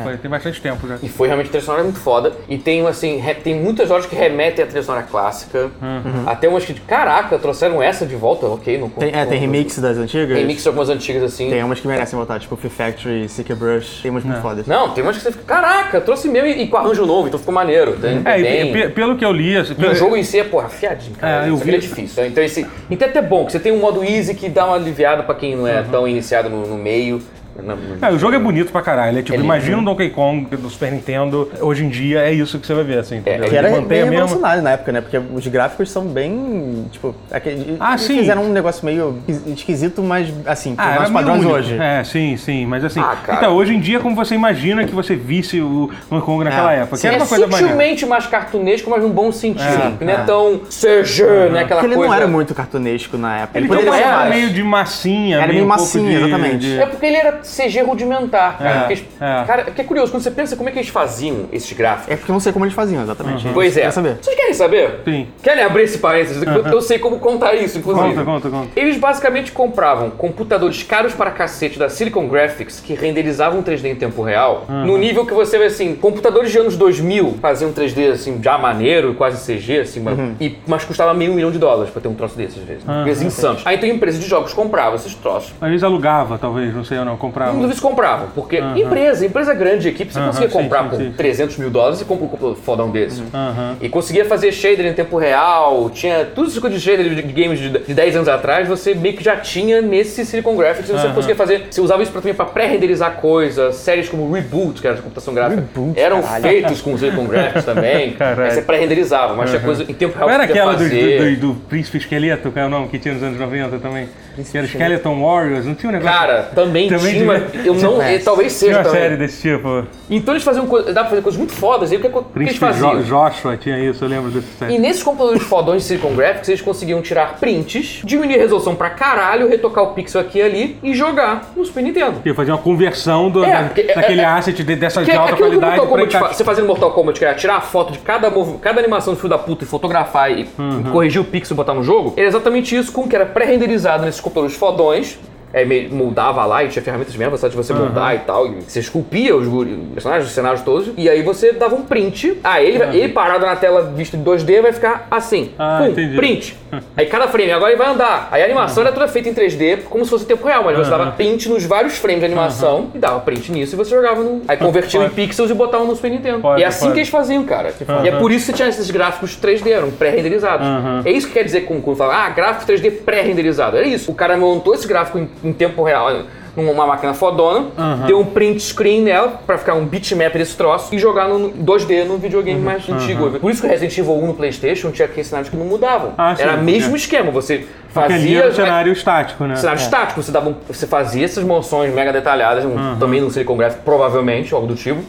S2: É, é, foi, tem bastante tempo já.
S3: E foi realmente a trilha sonora é muito foda. E tem, assim, re- tem muitas horas que remetem à trilha sonora clássica.
S2: Uhum.
S3: Até umas que, caraca, trouxeram essa de volta? Ok, não
S1: Tem, é, tem remix das antigas.
S3: Remix de algumas antigas assim.
S1: Tem umas que merecem voltar, tipo Free Factory, Seeker Brush. Tem umas
S2: É.
S1: muito fodas.
S3: Não, tem umas que você fica, caraca, trouxe meu e, e com arranjo novo, então ficou maneiro. Tem,
S2: É, e
S3: tem.
S2: pe- pelo que eu li, assim,
S3: E
S2: pelo-
S3: o jogo em si é, porra, fiadinho, cara.
S2: É, eu
S3: Isso aqui é
S2: vi.
S3: difícil. Então, esse, então é até bom, que você tem um modo easy que dá uma aliviada pra quem não é tão iniciado no, no meio. Na-
S2: Uhum. É, o jogo é bonito pra caralho. É tipo,
S3: É lindo.
S2: imagina um Donkey Kong do Super Nintendo. Hoje em dia é isso que você vai ver, assim. entendeu?
S1: Que era
S2: Ele mantém
S1: bem
S2: a mesma-
S1: revolucionário na época, né? Porque os gráficos são bem. Tipo, aquele,
S2: Ah,
S1: eles
S2: sim.
S1: Fizeram um negócio meio esquisito, mas assim,
S2: Ah,
S1: para
S2: era
S1: os
S2: meio
S1: padrões
S2: único.
S1: hoje.
S2: É, sim, sim. Mas assim.
S3: Ah, cara.
S2: então, hoje em dia, como você imagina que você visse o Hong Kong naquela
S1: É.
S2: época? Que
S1: Sim.
S2: era
S3: É
S2: uma coisa maneira.
S3: sutilmente mais cartunesco, mas num bom sentido.
S2: É,
S3: porque não é,
S1: é.
S3: tão CG, né? Aquela
S1: Porque ele
S3: coisa.
S1: não era muito cartunesco na época.
S2: Ele tem
S1: poderia
S2: uma
S3: não
S1: ser
S3: era,
S2: coisa
S1: mais.
S2: meio de massinha.
S1: Era meio
S2: meio um pouco
S1: massinha,
S2: de-
S1: exatamente.
S2: de-
S3: É porque ele era CG rudimentar, cara.
S2: É,
S3: porque, eles-
S2: é.
S3: cara, porque é curioso, quando você pensa como é que eles faziam esses gráficos.
S1: É porque eu não sei como eles faziam exatamente.
S3: Pois é.
S1: Quer saber?
S3: Vocês querem saber?
S2: Uhum. Sim.
S3: Querem abrir esse parênteses? Eu- Eu sei como contar isso, inclusive.
S2: Conta, conta, conta.
S3: Eles basicamente compravam computadores caros para cacete da Silicon Graphics que renderizavam 3D em tempo real, no nível que você vê assim, computadores de anos 2000 faziam 3D assim, já maneiro, quase CG, assim, mas, e, mas custava meio milhão de dólares pra ter um troço desses, às vezes. Coisas insanas. Aí então empresa de jogos comprava esses troços
S2: Às vezes alugava, talvez, não sei ou não, comprava.
S3: Inclusive, eles compravam, porque empresa, empresa grande, equipe, você
S2: Aham,
S3: conseguia
S2: sim,
S3: comprar
S2: sim,
S3: por
S2: sim.
S3: 300 mil dólares e compra um computador fodão desse.
S2: Aham.
S3: E conseguia fazer shader em tempo real, tinha tudo isso de shader de games de de 10 anos atrás, você meio que já tinha nesse Silicon Graphics, e você conseguia fazer, você usava isso pra- também para pré-renderizar coisas, séries como Reboot, que era de computação gráfica,
S1: Reboot,
S3: eram
S1: caralho.
S3: feitos com Silicon Graphics também, aí
S2: Caralho.
S3: você pré-renderizava, mas tinha coisa em tempo real
S2: Não
S3: que
S2: era
S3: você podia
S2: aquela do,
S3: fazer.
S2: do, do, do Príncipe Esqueleto, que é o nome que tinha nos anos 90 também? que era Skeleton Warriors, não tinha um negócio?
S3: Cara, também,
S2: Também
S3: Sim, mas eu não. eh, talvez
S2: Tinha
S3: seja
S2: uma
S3: também.
S2: série desse tipo.
S3: Então eles faziam coisa. Dá pra fazer coisas muito fodas aí, o que, é o que eles
S2: Príncipe Jo-
S3: faziam?
S2: Joshua tinha isso, eu lembro dessa série.
S3: E nesses computadores fodões de Silicon Graphics, eles conseguiam tirar prints, diminuir a resolução pra caralho, retocar o pixel aqui e ali e jogar no Super Nintendo.
S2: E fazer uma conversão do,
S3: É,
S2: da-
S3: porque- é,
S2: daquele
S3: é,
S2: asset de, dessa
S3: Que
S2: de
S3: é
S2: alta
S3: aquilo que o
S2: qualidade
S3: Mortal
S2: pra
S3: Kombat
S2: encaixar.
S3: faz. Você fazendo Mortal Kombat, que era tirar a foto de cada, mov- cada animação do filho da puta e fotografar e
S2: Uhum.
S3: corrigir o pixel e botar no jogo, era exatamente isso com o que era pré-renderizado nesses computadores fodões. É, meio- moldava lá e tinha ferramentas mesmo, só de você
S2: Uhum.
S3: moldar e tal. E você esculpia os guri- os personagens, os cenários todos. E aí você dava um print. Ah, ele, vai- ele parado na tela vista de 2D vai ficar assim.
S2: Ah,
S3: Pum,
S2: entendi. Uhum.
S3: print. Aí cada frame, agora ele vai andar. Aí a animação era toda feita em 3D, como se fosse tempo real, mas você dava print nos vários frames de animação
S2: Uhum.
S3: e dava print nisso e você jogava no. Aí convertia em
S2: Pode.
S3: pixels e botava no Super Nintendo.
S2: Pode,
S3: e é assim
S2: pode.
S3: que eles faziam, cara. E é por isso que tinha esses gráficos 3D, eram pré-renderizados. É isso que quer dizer com quando fala, ah, gráfico 3D pré-renderizado. Era isso. O cara montou esse gráfico em, em tempo real. Numa máquina fodona, deu um print screen nela pra ficar um bitmap desse troço e jogar no no 2D num videogame
S2: Uhum.
S3: mais antigo. Por isso que o Resident Evil 1 no PlayStation tinha aqueles cenários que não mudavam.
S2: Ah, sim,
S3: Era o mesmo
S2: é.
S3: esquema, você
S2: Porque ali
S3: fazia.
S2: era
S3: é,
S2: o cenário estático, né?
S3: Cenário estático, você, dava um- você fazia essas moções mega detalhadas, um- também no Silicon Graphics, provavelmente, algo do tipo.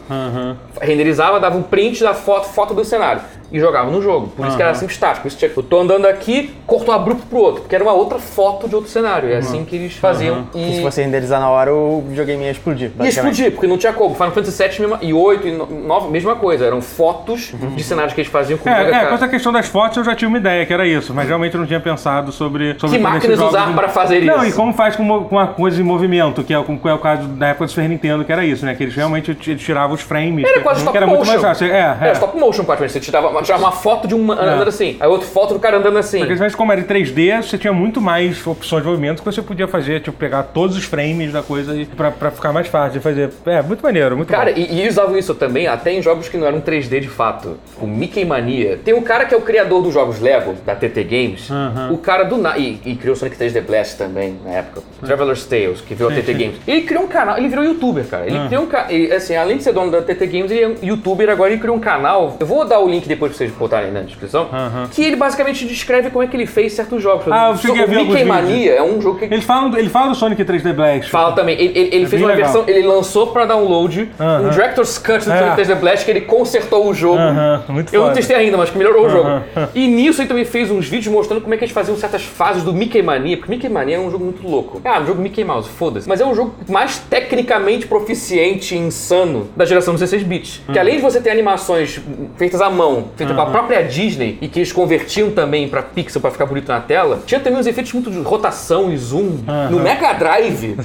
S3: Renderizava, dava um print da foto, foto do cenário e jogava no jogo. Por isso que era sempre estático. por Isso tinha, eu tô andando aqui, corto um abrupto pro outro, porque era uma outra foto de outro cenário. É assim que eles faziam.
S1: E se
S3: E,
S1: você renderizar na hora, o videogame ia explodir.
S3: e
S1: basicamente.
S3: explodir, porque não tinha como. Final Fantasy VII mesma- e 8 e 9, mesma coisa. Eram fotos de cenários que eles faziam com
S2: Uhum. É,
S3: mega
S2: é,
S3: cara.
S2: quanto à questão das fotos, eu já tinha uma ideia que era isso, mas realmente eu não tinha pensado sobre. sobre
S3: Que
S2: como
S3: máquinas
S2: esses jogos-
S3: usar pra fazer
S2: Não,
S3: isso?
S2: e como faz com, mo- com a coisa em movimento, que é, o- como é o caso da época do Super Nintendo, que era isso, né? Que eles realmente t- eles tiravam os frames.
S3: Era quase stop
S2: Uhum. que era
S3: motion.
S2: muito mais fácil. É, é.
S3: Era stop motion, praticamente. Você tirava, tirava uma foto de um man- andando assim, aí outra foto do cara andando assim.
S2: Porque, principalmente, como era em 3D, você tinha muito mais opções de movimento que você podia fazer, tipo, pegar todos os frames da coisa e pra, pra ficar mais fácil de fazer. É, muito maneiro, muito
S3: Cara,
S2: bom.
S3: e, e eles usavam isso também até em jogos que não eram 3D de fato. O Mickey Mania. Tem um cara que é o criador dos jogos Lego, da TT Games. O cara do. Na e, e criou Sonic 3D Blast também, na época.
S2: É.
S3: Traveler's Tales, que virou a TT Games. Ele criou um canal, ele virou youtuber, cara.
S2: Ah.
S3: Ele criou um ca- ele, Assim, além de ser dono da TT Games, ele é um youtuber agora ele criou um canal. Eu vou dar o link depois pra vocês botarem na descrição. Que ele basicamente descreve como é que ele fez certos jogos.
S2: Ah, eu cheguei a
S3: o
S2: ver alguns
S3: Mickey
S2: vídeos.
S3: Mania é um jogo que
S2: Ele fala, do- ele fala do Sonic 3D Blast.
S3: Fala também, ele, ele- ele fez
S2: É bem
S3: uma
S2: legal.
S3: versão, ele lançou pra download um
S2: Aham.
S3: Director's Cut do
S2: É.
S3: Sonic 3D Blast que ele consertou o jogo.
S2: Aham, muito
S3: Eu não
S2: foda.
S3: testei ainda, mas que melhorou o jogo.
S2: Aham.
S3: E nisso ele também fez uns vídeos mostrando como é que eles faziam certas fases do Mickey Mania, porque Mickey Mania é um jogo muito louco. Ah, um jogo Mickey Mouse, foda-se. Mas é um jogo mais tecnicamente proficiente e insano da geração 16 bits. Que além de você ter animações feitas à mão, feitas pela própria Disney, e que eles convertiam também pra pixel pra ficar bonito na tela, tinha também uns efeitos muito de rotação e zoom no Mega Drive.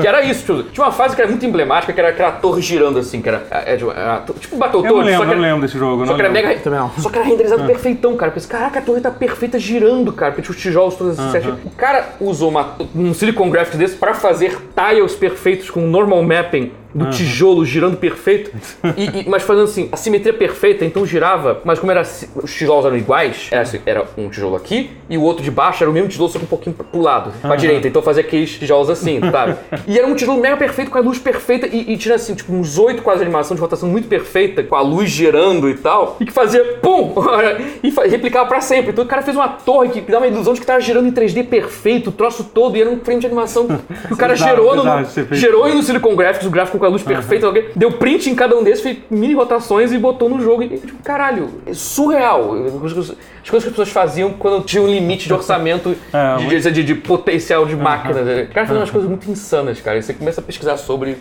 S3: que era isso, tipo, tinha uma fase que era muito emblemática, que era aquela torre girando assim, que era, é, tipo, era tipo Battletoads,
S2: Eu não
S3: só
S2: lembro,
S3: que
S2: eu
S3: era-
S2: não lembro desse jogo.
S3: só
S2: Ah. não
S3: que era
S2: lembro.
S3: mega.
S1: Também não.
S3: Só que era renderizado perfeitão, cara. Eu pensei, caraca, a torre tá perfeita girando, cara. Porque tinha os tijolos todos assim, certinho. O cara usou uma- um Silicon Graphics desse pra fazer tiles perfeitos com normal mapping do tijolo girando perfeito. E- e- mas fazendo assim, a simetria perfeita, então girava. Mas como era si- os tijolos eram iguais, era, assim, era um tijolo aqui e o outro de baixo era o mesmo tijolo, só que um pouquinho pro lado, pra direita. Então fazia aqueles tijolos assim, sabe? E era um tijolo mega perfeito, com a luz perfeita e, e tinha assim, tipo, uns oito quase de animação de rotação muito perfeita, com a luz girando e tal, e que fazia pum! e fa- replicava pra sempre. Então o cara fez uma torre que dava uma ilusão de que tava girando em 3D perfeito, o troço todo, e era um frame de animação que o cara
S2: Bizarro,
S3: gerou no,
S2: bizarro esse efeito.
S3: gerou aí no Silicon Graphics, o gráfico com a luz perfeita, alguém deu print em cada um desses, fez mini rotações e botou no jogo. E, tipo, caralho, é surreal. As coisas que as coisas que as pessoas faziam quando tinha um limite de orçamento,
S2: É,
S3: de, de- de potencial de máquina. né? O cara fazendo umas coisas muito insanas, cara. E você começa a pesquisar sobre.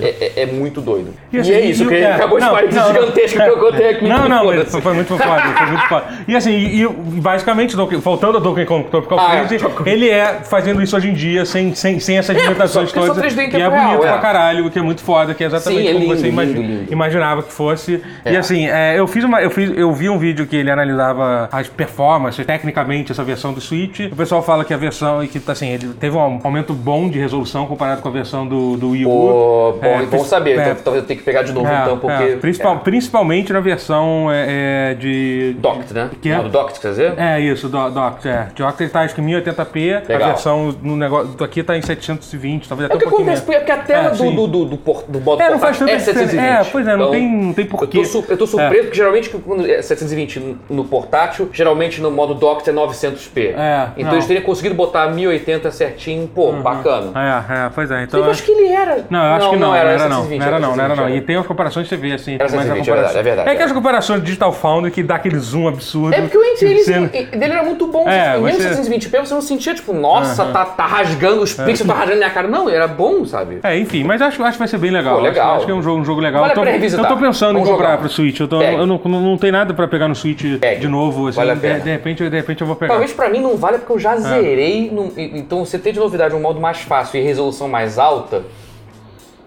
S3: É, é- é muito doido. E,
S2: assim,
S3: é isso,
S2: e o-
S3: que
S2: é,
S3: acabou de
S2: não,
S3: parecer
S2: não, É.
S3: gigantesco que eu contei aqui.
S2: Não, não, mas
S3: Foda-se.
S2: foi, foi muito foda, foi muito foda. E assim, e, e basicamente, Donkey- voltando a Donkey Kong Tropical
S3: Ah, é,
S2: Freeze,
S3: Tropical-
S2: ele é fazendo isso hoje em dia, sem, sem, sem essas limitações
S3: porque só
S2: todas.
S3: 3D em
S2: e é
S3: tempo real,
S2: bonito
S3: é.
S2: pra caralho, o que é muito foda, que é exatamente
S3: Sim, é
S2: como
S3: lindo,
S2: você imagi-
S3: lindo, lindo.
S2: imaginava que fosse. E assim, é, eu fiz uma. Eu, fiz, eu vi um vídeo que ele analisava as performances, tecnicamente, essa versão do Switch. O pessoal fala que a versão, e que assim, ele teve um aumento bom de resolução comparado com a versão do, do Wii U.
S3: Pô, bom,
S2: É,
S3: bom saber.
S2: é,
S3: Então, talvez eu tenha que pegar de novo,
S2: é,
S3: então, porque.
S2: é. Principal- Principalmente na versão é, é, de.
S3: é, Docked, né?
S2: Que é?
S3: Não, do Docked, quer dizer?
S2: É isso, do, Doc. É. Doc ele tá acho que em 1080p,
S3: Legal.
S2: a versão no negócio do aqui tá em 720, talvez
S3: É
S2: até
S3: o que
S2: um pouquinho
S3: acontece,
S2: menos.
S3: porque a tela
S2: É,
S3: do,
S2: sim.
S3: do, do, do por- do modo
S2: É,
S3: portátil
S2: não faz tanta
S3: é
S2: diferença.
S3: 720.
S2: É, pois é, não tem- não tem porquê.
S3: Eu tô, su- eu tô surpreso, porque geralmente que quando é 720 no- no portátil, geralmente no modo docked é 900p.
S2: É,
S3: então
S2: não. Uhum.
S3: eles teriam conseguido botar 1080 certinho, pô, bacana.
S2: É, é, pois é. Então,
S3: eu acho que ele era.
S2: Não, eu acho que não, não era, não. Não era não, não era não. E
S3: 720,
S2: tem as comparações que você vê, assim.
S3: Era
S2: mas a
S3: 720, é
S2: comparação-
S3: verdade, é verdade,
S2: É que
S3: é.
S2: as comparações do Digital Foundry que dá aquele zoom absurdo.
S3: É porque o índice
S2: Você-
S3: dele, dele era muito bom.
S2: É,
S3: mesmo
S2: você-
S3: 720p, você não sentia, tipo, nossa,
S2: Aham.
S3: tá, tá rasgando os pixels, tá rasgando minha cara. Não, era bom, sabe?
S2: É, enfim, mas acho, acho que vai ser bem legal.
S3: Pô,
S2: Acho-
S3: legal.
S2: Acho, que é um jogo, um jogo legal.
S3: Vale
S2: eu, tô,
S3: a pena revisitar.
S2: eu tô pensando
S3: Vamos
S2: em comprar
S3: jogar.
S2: pro Switch. Eu, tô,
S3: Pegue.
S2: eu não, não, não tem nada pra pegar no Switch
S3: Pegue.
S2: de novo. Assim,
S3: Vale a
S2: de,
S3: pena.
S2: de repente, de repente eu vou pegar.
S3: Talvez pra mim não valha porque eu
S2: Ah.
S3: já zerei. num- e- então você ter de novidade um modo mais fácil e resolução mais alta,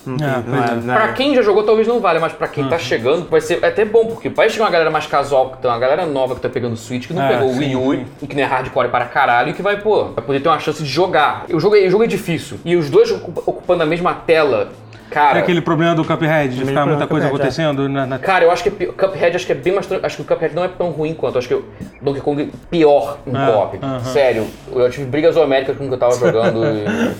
S1: Não,
S2: É,
S1: tem- não é-
S2: pois é.
S1: não é-
S3: pra quem já jogou talvez não valha, mas pra quem
S2: Uhum.
S3: tá chegando vai ser até bom, porque vai chegar uma galera mais casual, que tá, uma galera nova que tá pegando Switch, que não
S2: É,
S3: pegou o
S2: sim,
S3: Wii U,
S2: sim.
S3: e que não é hardcore para caralho, e que vai, pô, vai poder ter uma chance de jogar. O jogo, é- o jogo é difícil. E os dois ocup- ocupando a mesma tela, cara.
S2: É aquele problema do Cuphead, de ficar
S1: problema
S2: muita
S1: do
S2: coisa
S1: Cuphead, é.
S2: acontecendo na, na
S3: Cara, eu acho que pi- Cuphead acho que é bem mais. tran- Acho que o Cuphead não é tão ruim quanto. Acho que o Donkey Kong é pior em
S2: Ah,
S3: co-op.
S2: aham.
S3: Sério, eu tive brigas zooméricas com o que eu tava jogando e.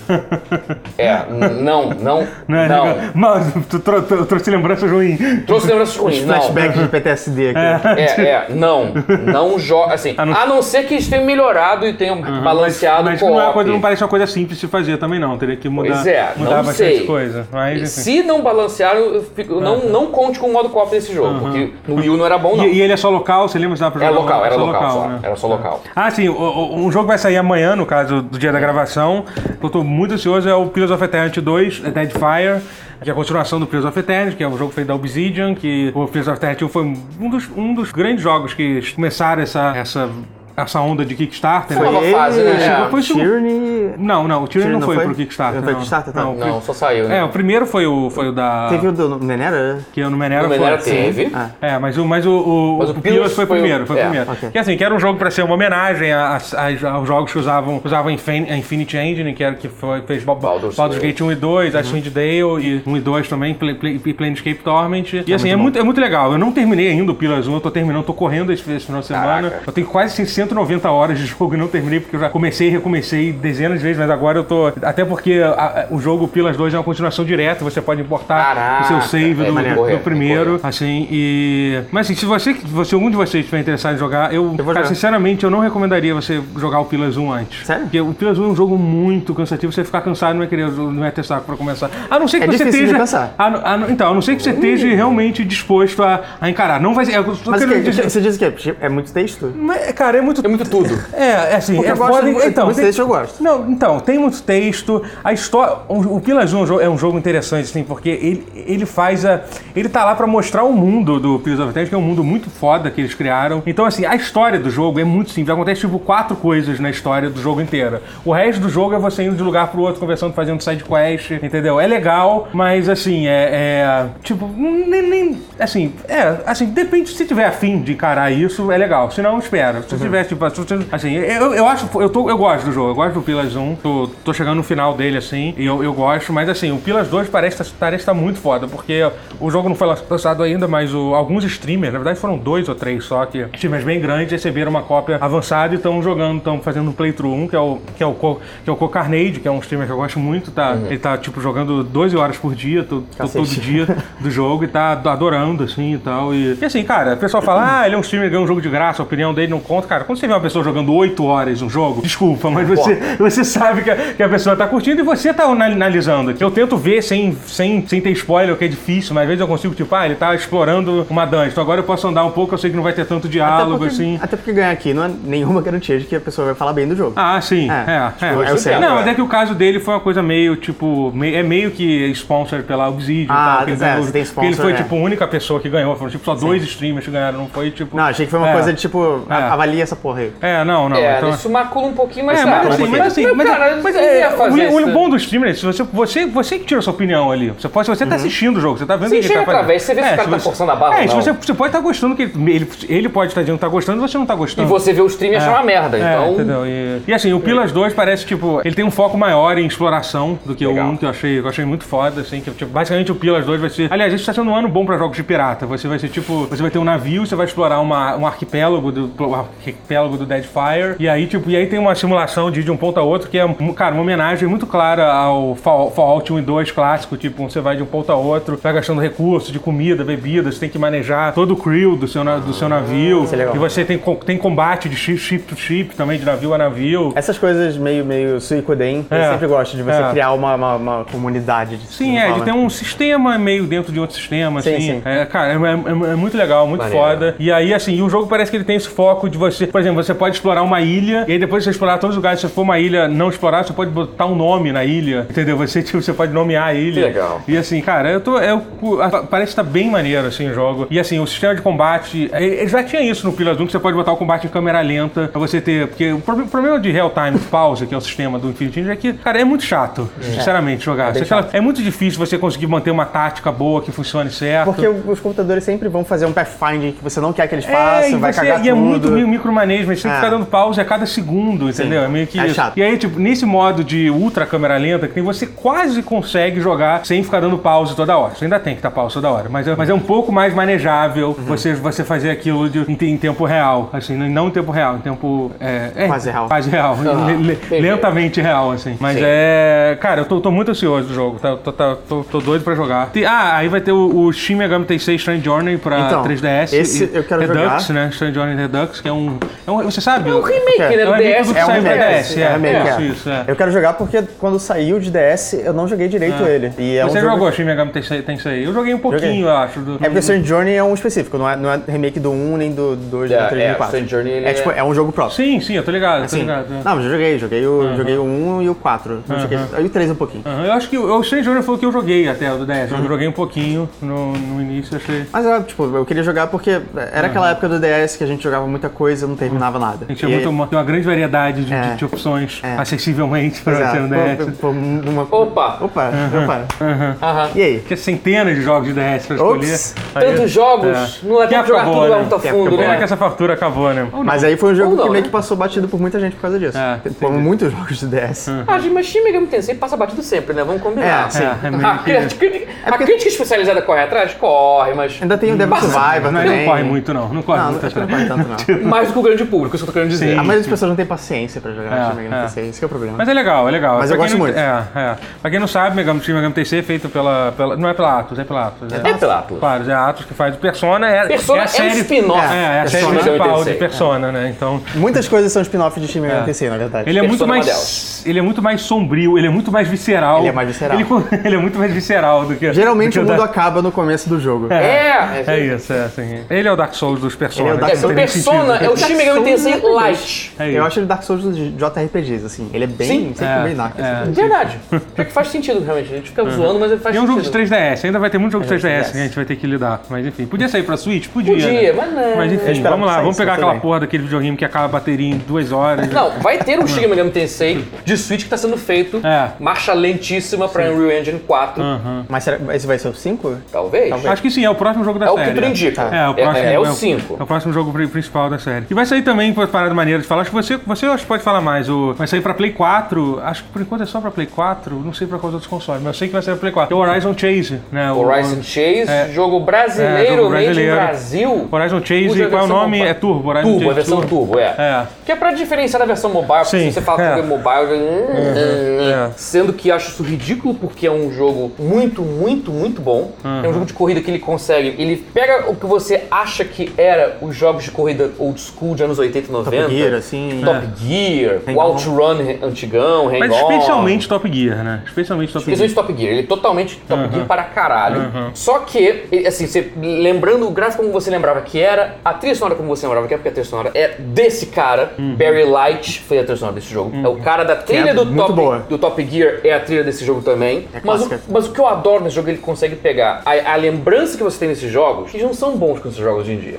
S3: É, n- não, não.
S2: Não, é,
S3: Não. Tá
S2: legal. Mano, tu trou- trou- trouxe lembranças ruins.
S3: Trouxe lembranças ruins, não.
S1: Flashback de PTSD aqui.
S3: É, é, não. Não joga. Assim, a não, ser que eles tenham melhorado e tenham balanceado
S2: Mas
S3: o
S2: não, é uma
S3: co-op.
S2: coisa, não parece uma coisa simples de fazer também, não. Teria que mudar,
S3: Pois é,
S2: mudar
S3: não
S2: bastante
S3: sei.
S2: coisa. Mas, enfim.
S3: Se não balancearam, eu fico- não, não conte com o modo co-op nesse jogo, porque no Wii U não era bom, não.
S2: E, e ele é só local? Você lembra se dá pra
S3: Era
S2: jogar?
S3: local, era local, só.
S2: né?
S3: Era só local.
S2: Ah, sim, o- o- um jogo vai sair amanhã, no caso do dia da gravação. que Eu tô muito ansioso, é o Pillars of Eternity 2, é Deadfire, que é a continuação do Pillars of Eternity, que é um jogo feito da Obsidian, que o Pillars of Eternity foi um dos, um dos grandes jogos que começaram essa, essa, essa onda de Kickstarter.
S3: Foi
S2: né?
S3: Nova fase, né?
S1: Ele,
S3: É.
S2: um
S1: Foi o Tyranny...
S2: Não, não, o Tyranny não, foi, pro Kickstarter.
S1: Não foi pro Kickstarter, tá?
S2: o
S3: Não,
S2: pri-
S3: só saiu, né?
S2: É, o primeiro foi o, foi o da...
S1: Teve um- o do Menera?
S2: Que Ah. eu no Menera
S3: o
S2: foi.
S3: Menera
S2: Sim.
S3: teve.
S1: Ah.
S2: É, mas o, mas o, o,
S3: Mas o
S2: o
S3: Pillars
S2: Pillars foi, o
S3: foi o-
S2: primeiro, foi o
S3: é,
S2: primeiro.
S1: ok.
S2: Que assim, que era um jogo pra ser uma homenagem a- a- a- aos jogos que usavam, usavam a Infin- a Infinity Engine, que, era, que foi, fez Ba- Ba-
S3: Baldur's Uhum.
S2: Baldur's, Gate 1 e 2, Ashwind Dale e 1 e 2 também, Pla- Pla- e Planescape Torment. E assim, é, muito, é muito legal. Eu não terminei ainda o Pillars 1, eu tô terminando, tô correndo esse, esse final de semana.
S3: Caraca.
S2: Eu tenho quase assim, 190 horas de jogo e não terminei, porque eu já comecei e recomecei dezenas de vezes, mas agora eu tô... Até porque a- a- o jogo Pillars 2 é uma continuação direta, você pode importar
S3: Caraca,
S2: o seu save
S3: é,
S2: do,
S3: maneiro.
S2: do
S3: Correto,
S2: primeiro.
S3: correto.
S2: Assim, e. Mas assim, se você, se você algum de vocês estiver interessado em jogar, eu,
S1: vou
S2: cara,
S1: jogar.
S2: sinceramente, eu não recomendaria você jogar o Pillars 1 antes.
S1: Sério?
S2: Porque o Pillars 1 é um jogo muito cansativo, você ficar cansado não é querer, não é ter saco pra começar. A não ser que
S1: É
S2: você
S1: difícil de
S2: esteja.
S1: cansar.
S2: a não- a não- então, a não ser que você esteja realmente disposto a, a encarar. Não vai ser. é Eu tô
S1: Mas o
S2: querendo
S1: que?
S2: dizer-
S1: Você diz o quê? É muito texto?
S2: Mas, Cara, é muito.
S3: É muito tudo.
S2: É, é assim,
S1: Porque
S2: é
S1: eu gosto
S2: foda.
S1: de-
S2: então,
S1: muito
S2: tem-
S1: texto eu gosto.
S2: Não, então, tem muito texto. A história. O Pillars 1 é um jogo- é um jogo interessante, assim, porque ele, ele faz a. Ele tá lá pra mostrar o mundo do Pillars of Eternity, que é um mundo muito foda que eles criaram. Então, assim, a história do jogo é muito simples. Acontece, tipo, quatro coisas na história do jogo inteira. O resto do jogo é você indo de lugar pro outro, conversando, fazendo side quest, entendeu? É legal, mas, assim, é. é, tipo, nem, nem- Assim, é. Assim, depende se tiver afim de encarar isso, é legal. Se não, espera. Se tiver, tipo, se você- assim, eu, eu acho. Eu, tô, eu gosto do jogo, eu gosto do Pillars 1. Tô, tô chegando no final dele, assim, e eu, eu gosto, mas assim, o Pillars 2 parece estar parece tá muito foda, porque o jogo não foi lançado ainda, mas o- alguns streamers, na verdade foram dois ou três só, que streamers bem grandes, receberam uma cópia avançada e estão jogando, estão fazendo um playthrough 1, que é o que é o, Co- que é o Co Carnage, que é um streamer que eu gosto muito, tá? Ele tá, tipo, jogando 12 horas por dia, tô, tô todo
S1: Cacete.
S2: dia do jogo e tá adorando, assim, e tal. E, e assim, cara, o pessoal fala, ah, ele é um streamer, ganha um jogo de graça, a opinião dele não conta. Cara, quando você vê uma pessoa jogando 8 horas um jogo, desculpa, mas você, você sabe que a, que a pessoa tá curtindo e você tá ana- analisando. Eu tento ver sem, sem, sem ter spoiler, o que é difícil, mas às vezes eu consigo, tipo, ah, ele tá explorando uma dungeon, então agora eu posso andar um pouco, eu sei que não vai ter tanto diálogo,
S1: porque,
S2: assim.
S1: até porque ganhar aqui não é nenhuma garantia de que a pessoa vai falar bem do jogo.
S2: Ah, sim. É,
S1: É,
S2: é.
S1: tipo, eu sei
S2: Não,
S1: agora.
S2: mas é que o caso dele foi uma coisa meio, tipo, meio- é meio que sponsored pela Obsidian e
S1: Ah,
S2: tal. que ele
S1: é,
S2: ganhou-
S1: você tem
S2: porque ele
S1: sponsor,
S2: foi,
S1: é.
S2: tipo, a única pessoa que ganhou. Foram, tipo, só dois streamers que ganharam. Não foi, tipo...
S1: Não, achei que foi uma
S2: é.
S1: coisa de tipo, a-
S2: É.
S1: avalia essa porra aí.
S2: É, não, não.
S3: É,
S2: então-
S3: isso macula um pouquinho, mas
S2: É,
S3: sabe?
S2: mas assim, mas assim, mas,
S3: cara,
S2: mas
S3: você
S2: é,
S3: ia fazer
S2: o, o
S3: isso.
S2: bom do streamer é se você, você, você que tira a sua opinião ali. Você pode, se você
S1: Uhum.
S2: tá assistindo o jogo, você tá vendo
S3: Você
S2: o que ele tá
S3: enxerga
S2: fazendo.
S3: através, você vê se o cara tá forçando a barra
S2: É,
S3: ou
S2: se
S3: não.
S2: você, você pode estar gostando, que ele, ele, ele pode estar dizendo que tá gostando e você não tá
S3: E
S2: gostando.
S3: você vê o stream e achar uma merda,
S2: É,
S3: então...
S2: entendeu? E, e assim, o Pillars 2 parece, tipo, ele tem um foco maior em exploração do que
S3: Legal.
S2: o 1, que eu achei, que eu achei muito foda, assim, que tipo, basicamente o Pillars 2 vai ser... Aliás, isso tá sendo um ano bom pra jogos de pirata. Você vai ser, tipo, você vai ter um navio, você vai explorar uma, um arquipélago, do, pro- arqui- arquipélago do Deadfire. E aí, tipo, e aí tem uma simulação de, de um ponto a outro que é, um- cara, uma homenagem muito clara ao Fall- Fallout 1 e 2 clássico. Tipo, você vai de um ponto a outro, vai gastando recursos de comida, bebidas, tem que manejar todo o crew do seu, na- do seu navio.
S1: é legal.
S2: E você tem, co- tem combate de ship, ship to ship também, de navio a navio.
S3: É,
S1: Essas coisas meio, meio Suicoden,
S2: É.
S1: eu sempre gosto de você
S2: É.
S1: criar uma, uma, uma comunidade. De
S2: Sim, é, ele tem um sistema meio dentro de outro sistema,
S1: Sim,
S2: assim.
S1: sim.
S2: É, cara, é, é- é muito legal, muito
S3: Maneiro.
S2: foda. E aí, assim, e o jogo parece que ele tem esse foco de você, por exemplo, você pode explorar uma ilha, e aí depois de você explorar todos os lugares, se for uma ilha não explorada, você pode botar um nome na ilha, entendeu? Você, tipo, você pode nomear a ilha.
S3: Que legal.
S2: E assim, cara, eu tô. Eu, a- parece que tá bem maneiro, assim, o jogo. E assim, o sistema de combate. é, Ele já tinha isso no Pillars 1, que você pode botar o combate em câmera lenta pra você ter. Porque o prob- problema de real-time pause, que é o sistema do Infinity Engine, é que, cara, é muito chato, sinceramente, jogar. Você fala- É, muito difícil você conseguir manter uma tática boa que funcione certo.
S1: Porque o- os computadores sempre vão fazer um pathfinding que você não quer que eles
S2: É,
S1: façam,
S2: e,
S1: vai
S2: você-
S1: cagar
S2: e é
S1: tudo.
S2: muito mi- micromanejo, mas você tem que
S1: É.
S2: ficar dando pause a cada segundo, entendeu? É meio que
S1: É
S2: isso.
S1: chato.
S2: E aí, tipo, nesse modo de ultra câmera lenta que tem, você quase consegue jogar sem ficar dando pause toda hora. Você ainda tem que dar pause toda hora, mas é, mas é um pouco mais manejável
S1: Uhum.
S2: você, você fazer aquilo de- em, em tempo real, assim, não- não em tempo real, em tempo... É, é,
S1: Quase real. Ah,
S2: Quase real. Le- le-
S3: entendi.
S2: lentamente real, assim. Mas
S3: Sim.
S2: é... Cara, eu tô, tô muito ansioso do jogo, tá, tô, tá- tô- tô doido pra jogar. Tem- ah, aí vai ter o, o Shin Megami Tensei Strange Journey pra
S1: Então,
S2: 3DS.
S1: esse
S2: e
S1: eu quero
S2: Redux,
S1: jogar.
S2: né? Strange Journey Redux, que é um, é um- Você sabe? É um
S3: remake, né, do
S2: remake
S3: DS.
S2: do que
S1: É um
S2: saiu pra
S1: remake,
S2: DS.
S1: é, um remake,
S2: isso,
S1: é.
S2: isso, é.
S1: Eu quero jogar porque quando saiu de DS, eu não joguei direito ele. E é
S2: Você
S1: um jogo-
S2: jogou Shin Megami Tensei, Tensei? Eu joguei um pouquinho,
S1: Joguei.
S2: eu acho. do-
S1: É
S3: Uhum.
S1: porque Strange Journey é um específico, não é, não é remake do 1, nem do 2,
S3: É,
S1: nem do 3,
S3: é,
S1: nem do 4.
S3: Strange Journey, ele
S1: é, tipo,
S3: é-
S1: é um jogo próprio.
S2: Sim, sim, eu tô ligado,
S1: Assim,
S2: tô ligado. é.
S1: Não, mas eu joguei, joguei o, joguei o 1 e o 4. Não joguei, aí o 3 um pouquinho.
S2: Aham, Eu acho que o o Strange Journey foi o que eu joguei até, o do DS.
S1: Uhum.
S2: Eu joguei um pouquinho no, no início, achei...
S1: Mas eu, tipo, eu queria jogar porque era aquela época do DS que a gente jogava muita coisa, não terminava nada.
S2: A gente tinha
S1: E-
S2: muito, uma, tinha uma grande variedade de,
S1: É.
S2: de- de opções
S1: É.
S2: acessivelmente pra um
S1: Pois é,
S2: você no
S1: pô,
S2: DS.
S1: pô, uma-
S3: Opa!
S1: Opa, opa.
S3: Aham.
S1: E aí?
S2: Tinha centenas de jogos de DS pra escolher.
S1: Ops.
S2: Aí-
S3: Tantos jogos,
S2: É.
S3: não dá
S2: Que
S3: tempo de jogar
S2: acabou,
S3: tudo lá
S2: né?
S3: muito a
S1: Que
S3: fundo,
S1: acabou,
S2: Pena
S3: né?
S2: que essa fartura acabou, né?
S1: Mas aí foi um jogo
S3: Ou não,
S1: que meio
S3: né?
S1: que passou batido por muita gente por causa disso.
S2: É,
S1: Como muitos jogos de DS.
S3: Ah, gente, mas Shin Megami Tensei passa batido sempre, né? Vamos combinar. Ah,
S1: É, sim.
S2: É, é meio
S3: a,
S2: que- É
S3: crítica, a
S1: porque-
S3: crítica especializada corre atrás? Corre, mas
S1: Ainda tem o Devil Survivor
S2: Uhum. Não,
S1: também.
S2: não corre muito, não. Não corre
S1: Não, é
S2: muito.
S1: acho que não corre tanto, não.
S3: mais do que o grande público, isso que eu tô querendo dizer.
S1: A maioria das pessoas não tem paciência pra jogar
S2: É,
S1: Shin Megami
S2: é.
S1: Tensei, esse que é o problema.
S2: Mas é legal, é legal.
S1: Mas
S2: Pra
S1: eu
S2: quem
S1: gosto
S2: não-
S1: muito.
S2: É, é. Pra quem não sabe, Megami, Shin Megami TC é feito pela, pela- Não é pela Atlus, é pela Atlus. É,
S3: É pela Atlas.
S2: Claro, é a Atlus que faz o Persona. É,
S3: Persona
S2: é
S3: é,
S2: a
S3: um
S2: série.
S3: spin-off.
S2: é, é a série
S1: Persona um
S2: principal
S3: 86,
S2: de Persona, né? Então.
S1: Muitas coisas são spin-off de Shin Megami Tensei, na verdade.
S2: Ele é muito
S3: Persona é uma
S2: mais.
S3: delas.
S2: Ele é muito mais sombrio, ele é muito mais visceral.
S1: Ele é mais visceral.
S2: Ele, ele é muito mais visceral do que. do
S1: Geralmente
S2: que
S1: o
S2: da-
S1: mundo acaba no começo do jogo.
S3: É, é,
S2: É isso, é assim. Ele é o Dark Souls dos Persona.
S1: Ele é o
S2: não
S1: Dark
S3: é,
S1: Souls.
S2: tem nem
S3: Persona
S2: sentido.
S3: é o Shin Megami Tensei Light.
S2: É
S1: Eu
S2: isso.
S1: acho ele Dark Souls dos JRPGs, assim. Ele é bem,
S3: Sim.
S1: sempre
S2: É,
S1: bem narco. assim.
S2: é.
S3: Verdade. É que faz sentido, realmente. A gente fica zoando, mas faz
S2: E é
S3: sentido.
S2: um
S3: É,
S2: jogo de 3DS, ainda vai ter muito jogo de 3DS que a
S1: 3DS.
S2: gente vai ter que lidar. Mas enfim, podia sair pra Switch? Podia.
S3: Podia,
S2: né?
S3: mas não.
S2: Mas enfim,
S1: esperava
S2: vamos lá,
S1: que
S2: vamos
S1: saísse,
S2: pegar aquela
S1: mas tudo bem.
S2: porra daquele videogame que acaba a bateria em duas horas.
S3: Não, vai ter um Shin Megami Tensei de Switch que tá sendo feito,
S2: Ah. É.
S3: marcha lentíssima pra Unreal Engine 4,
S1: Mas será, esse vai ser o 5?
S3: talvez.
S1: Talvez.
S2: Acho que sim, é o próximo jogo da
S3: É o
S2: série.
S3: que tudo indica.
S2: É, o próximo,
S3: é, é
S2: é
S3: o 5.
S2: É o próximo jogo pri- principal da série. E vai sair também, por parada maneira de falar, acho que você, você acho que pode falar mais. O, vai sair pra Play 4, acho que por enquanto é só pra Play 4, não sei pra quais outros consoles, mas eu sei que vai sair pra Play 4. É o Horizon Chase, né? O
S3: Horizon Chase,
S2: É.
S3: jogo
S2: É,
S3: brasileiro,
S2: jogo
S3: made in
S2: brasileiro.
S3: Brasil.
S2: Horizon Chase,
S3: Cuja
S2: qual é o
S3: versão
S2: nome?
S3: mobile-
S2: É Turbo, Horizon
S3: Turbo,
S2: Chase
S3: a versão Turbo, é.
S2: É.
S3: Que é pra diferenciar da versão mobile, porque
S2: Sim,
S3: se você fala
S2: é.
S3: que jogo é mobile, eu- hum,
S2: é.
S3: sendo que acho isso ridículo, porque é um jogo muito, muito, muito bom.
S2: Uhum.
S3: É um jogo de corrida que ele consegue, ele pega o que você acha que era os jogos de corrida old school de anos 80 e 90.
S1: Top Gear, assim.
S3: Top Gear,
S1: Hang
S3: o
S1: On.
S3: Outrun antigão, Hang
S2: né? Mas
S3: On.
S2: especialmente Top Gear, né? Especialmente Top Gear.
S3: Especialmente Top Gear, ele é totalmente Top Gear para caralho. Só que, ele- assim, você- lembrando o gráfico como você lembrava que era, a trilha sonora como você lembrava que era, porque a trilha sonora é desse cara, Barry Light foi a trilha sonora desse jogo. É o cara da trilha
S1: Uhum. é
S3: do,
S1: muito
S3: top,
S1: boa.
S3: do Top Gear, é a trilha desse jogo também.
S1: É
S3: mas, o,
S1: clássica.
S3: mas o que eu adoro nesse jogo, ele consegue pegar a, a lembrança que você tem nesses jogos, que eles não são bons com esses jogos hoje em dia.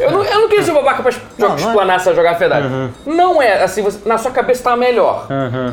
S3: Eu, não, eu não queria ser babaca pra es-
S1: Não, não é.
S3: explanar essa jogar a verdade. Não é, assim, você- na sua cabeça tá melhor.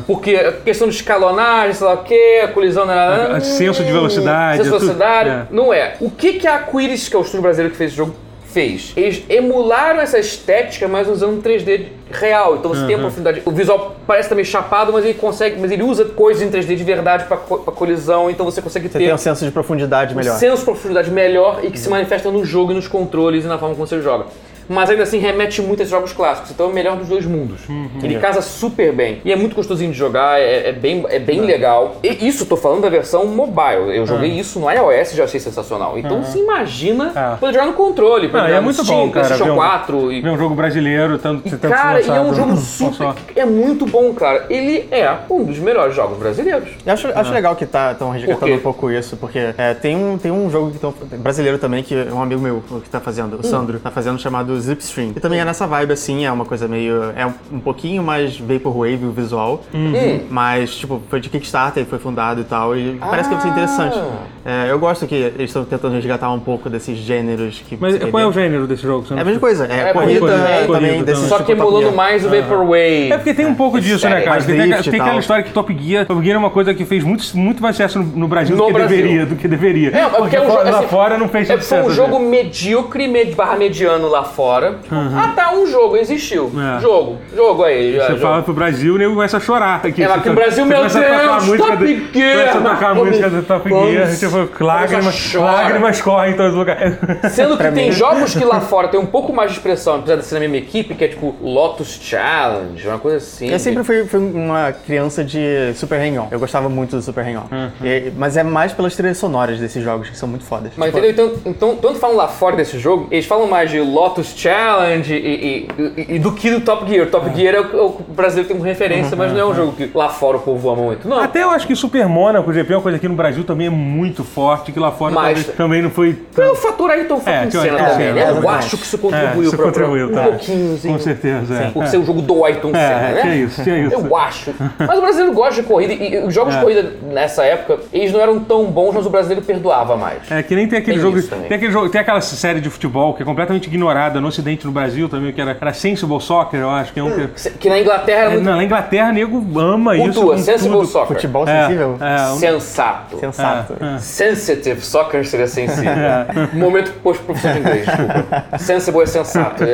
S3: Porque a questão de escalonagem, sei lá o quê, colisão... né,
S2: Ah, senso de velocidade,
S3: Então, Senso de
S2: tudo.
S3: velocidade.
S2: É.
S3: Não é. O que, que a Aquiris, que é o estúdio brasileiro que fez esse jogo, fez? Eles emularam essa estética, mas usando 3D real. Então você tem a profundidade. O visual parece também chapado, mas ele consegue. Mas ele usa coisas em 3D de verdade pra, co- pra colisão, então você consegue
S1: Você
S3: ter
S1: tem um senso de profundidade melhor.
S3: senso de profundidade melhor e que se manifesta no jogo e nos controles e na forma como você joga. mas ainda assim remete muito a jogos clássicos. Então é o melhor dos dois mundos.
S2: Uhum.
S3: Ele casa super bem. E é muito gostosinho de jogar, é, é bem, é bem legal. E isso, tô falando da versão mobile. Eu joguei isso no iOS e já achei sensacional. Então se imagina
S2: Ah.
S3: poder jogar no controle, por
S2: Ah, e
S3: exemplo,
S2: é muito
S3: Steam,
S2: bom, cara.
S3: PlayStation
S2: ver um-
S3: 4 e
S2: ver um jogo brasileiro, tanto
S3: e,
S2: tanto
S3: cara, e é
S2: lançado
S3: um jogo
S2: no
S3: super.
S2: console.
S3: É muito bom, cara. Ele é um dos melhores jogos brasileiros.
S1: Eu acho, acho legal que tá tão
S3: Por
S1: resgatando
S3: quê?
S1: um pouco isso, porque é, tem, um, tem um jogo que tão, brasileiro também, que é um amigo meu que tá fazendo, o Sandro, tá fazendo, chamado Slipstream. E também é nessa vibe, assim, é uma coisa meio... É um, um pouquinho mais vaporwave o visual,
S2: Uhum.
S3: Hum.
S1: mas, tipo, foi de Kickstarter, foi fundado e tal, e parece que vai ser interessante. É, eu gosto que eles estão tentando resgatar um pouco desses gêneros que...
S2: Mas
S1: você quer
S2: qual é o
S1: ver.
S2: gênero desse jogo? Você
S1: É
S2: não-
S1: a mesma coisa, é,
S3: É,
S1: corrida,
S3: corrida,
S1: também,
S2: corrida,
S1: desse
S2: então.
S3: Só que
S1: tipo Top
S3: emulando
S1: Gear.
S3: mais o Vaporwave.
S2: É porque tem um pouco disso, né,
S3: estética,
S2: cara?
S1: mais
S2: Porque Tem,
S1: drift e
S2: tem aquela
S1: tal.
S2: história que Top Gear, Top Gear é uma coisa que fez muito, muito mais sucesso no, no Brasil
S3: No
S2: do que
S3: Brasil.
S2: deveria. Do que deveria.
S3: É, porque é um
S2: fora-
S3: jogo,
S2: lá
S3: assim,
S2: fora não fez
S3: É,
S2: sucesso.
S3: foi um
S2: né?
S3: jogo medíocre, med, barra mediano lá fora. Ah tá, um jogo, existiu.
S2: Uhum. É.
S3: Jogo, jogo aí. é,
S2: Você
S3: jogo.
S2: fala pro Brasil, o nego começa a chorar. Aqui,
S3: É, lá
S2: Você
S3: que o
S2: tá-
S3: Brasil,
S2: você
S3: meu
S2: começa a tocar a
S3: Deus,
S2: música
S3: Top
S2: do-
S3: Gear,
S2: Começa a tocar a
S3: mano,
S2: música do Top
S3: como-
S2: Gear. Tipo, lágrimas,
S3: chora.
S2: lágrimas correm em todos os lugares.
S3: Sendo que tem jogos que lá fora tem um pouco mais de expressão, apesar de ser na mesma equipe, que é tipo Lotus Challenge, uma coisa assim.
S1: Eu sempre fui, fui uma criança de Super Hang-On. Eu gostava muito do Super Hang-On. E- Mas é mais pelas trilhas sonoras desses jogos, que são muito fodas.
S3: Mas
S1: Tipo,
S3: entendeu? Então, então, tanto falam lá fora desse jogo, eles falam mais de Lotus Challenge e, e- e- e do que do Top Gear. Top Gear é o, que- o que o brasileiro tem como referência, mas não é um jogo que lá fora o povo ama muito. Não.
S2: Até eu acho que Super Mônaco, GP, é uma coisa que no Brasil também é muito forte, que lá fora
S3: Mas-
S2: talvez também não foi
S3: É
S2: tão...
S3: o fator Ayrton
S2: É,
S3: Senna
S2: que o Ayrton
S3: também,
S2: Senna,
S3: né? Eu
S1: exatamente.
S3: acho que isso contribuiu
S2: É, isso
S3: pra, pra
S2: contribuiu,
S3: um
S2: tá.
S3: pouquinhozinho.
S2: Com certeza, é.
S3: Por
S2: É.
S3: ser o jogo do Ayrton Senna, né?
S2: que é isso, que é isso. É.
S3: Eu acho. Mas o brasileiro gosta de corrida e e os jogos de corrida nessa época, eles não eram tão bons, mas o brasileiro perdoava mais.
S2: É que nem tem aquele
S3: Tem
S2: jogo.
S3: isso também.
S2: Tem aquele jogo, tem aquela série de futebol que é completamente ignorada no ocidente no Brasil também, que era, era Sensible Soccer, eu acho, que é um que.
S3: Que na Inglaterra era
S2: É,
S3: muito
S2: na Inglaterra, nego ama isso.
S3: cultura,
S2: com
S3: sensible
S2: tudo.
S3: soccer. É,
S1: Futebol
S2: É,
S1: sensível?
S2: é, um-
S3: Sensato.
S1: Sensato.
S3: Sensitive soccer seria sensível.
S2: é.
S3: Momento posto professor de inglês, desculpa. Sensible é sensato.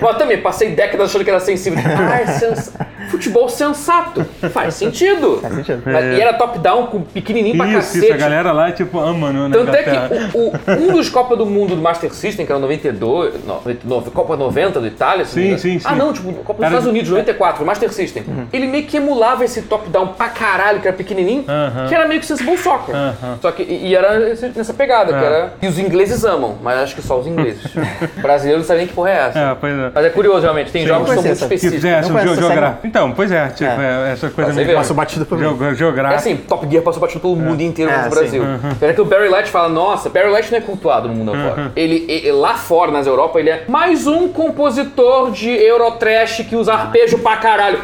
S3: Mas também passei décadas achando que era sensível. Ah, é sens... Futebol sensato. Faz sentido. Faz
S1: sentido.
S3: E era top-down, com pequenininho pra
S2: Isso,
S3: cacete.
S2: isso, a galera lá, tipo, ama, né? na
S3: Tanto é
S2: Inglaterra.
S3: que o- o- um dos Copa do Mundo do Master System, que era o 92, não, 99, Copa 90 do Itália, se não me
S2: Sim,
S3: engano.
S2: sim,
S3: Ah,
S2: sim.
S3: não, tipo, Copa dos
S2: Era- Uhum.
S3: Estados Unidos, 94, Master System. Ele meio que emulava esse top-down pra caralho, que era pequenininho, que era meio que Sensible Soccer. Só que, e e era esse- nessa pegada,
S2: É.
S3: que era... E os ingleses amam, mas acho que só os ingleses. Brasileiro não sabe nem que porra é essa.
S2: É, pois é.
S3: Mas é curioso, realmente, tem jogos que são
S1: Pois é,
S3: muito
S1: essa-
S2: Que,
S3: específicos.
S2: é, são
S1: conhece essa
S2: geográficos. Então, pois é, tipo, é. essa coisa
S3: Mas aí vê,
S1: Passou batido por mim.
S2: Geog-
S3: É
S2: geográfica.
S3: assim, Top Gear passou batido pelo mundo inteiro,
S1: É,
S3: mas no
S1: sim.
S3: Brasil.
S2: Uhum.
S3: Será que o Barry Light fala, nossa, Barry Light não é cultuado no mundo agora. Ele, e- e lá fora, nas Europa, ele é mais um compositor de Eurotrash que usa arpejo pra caralho.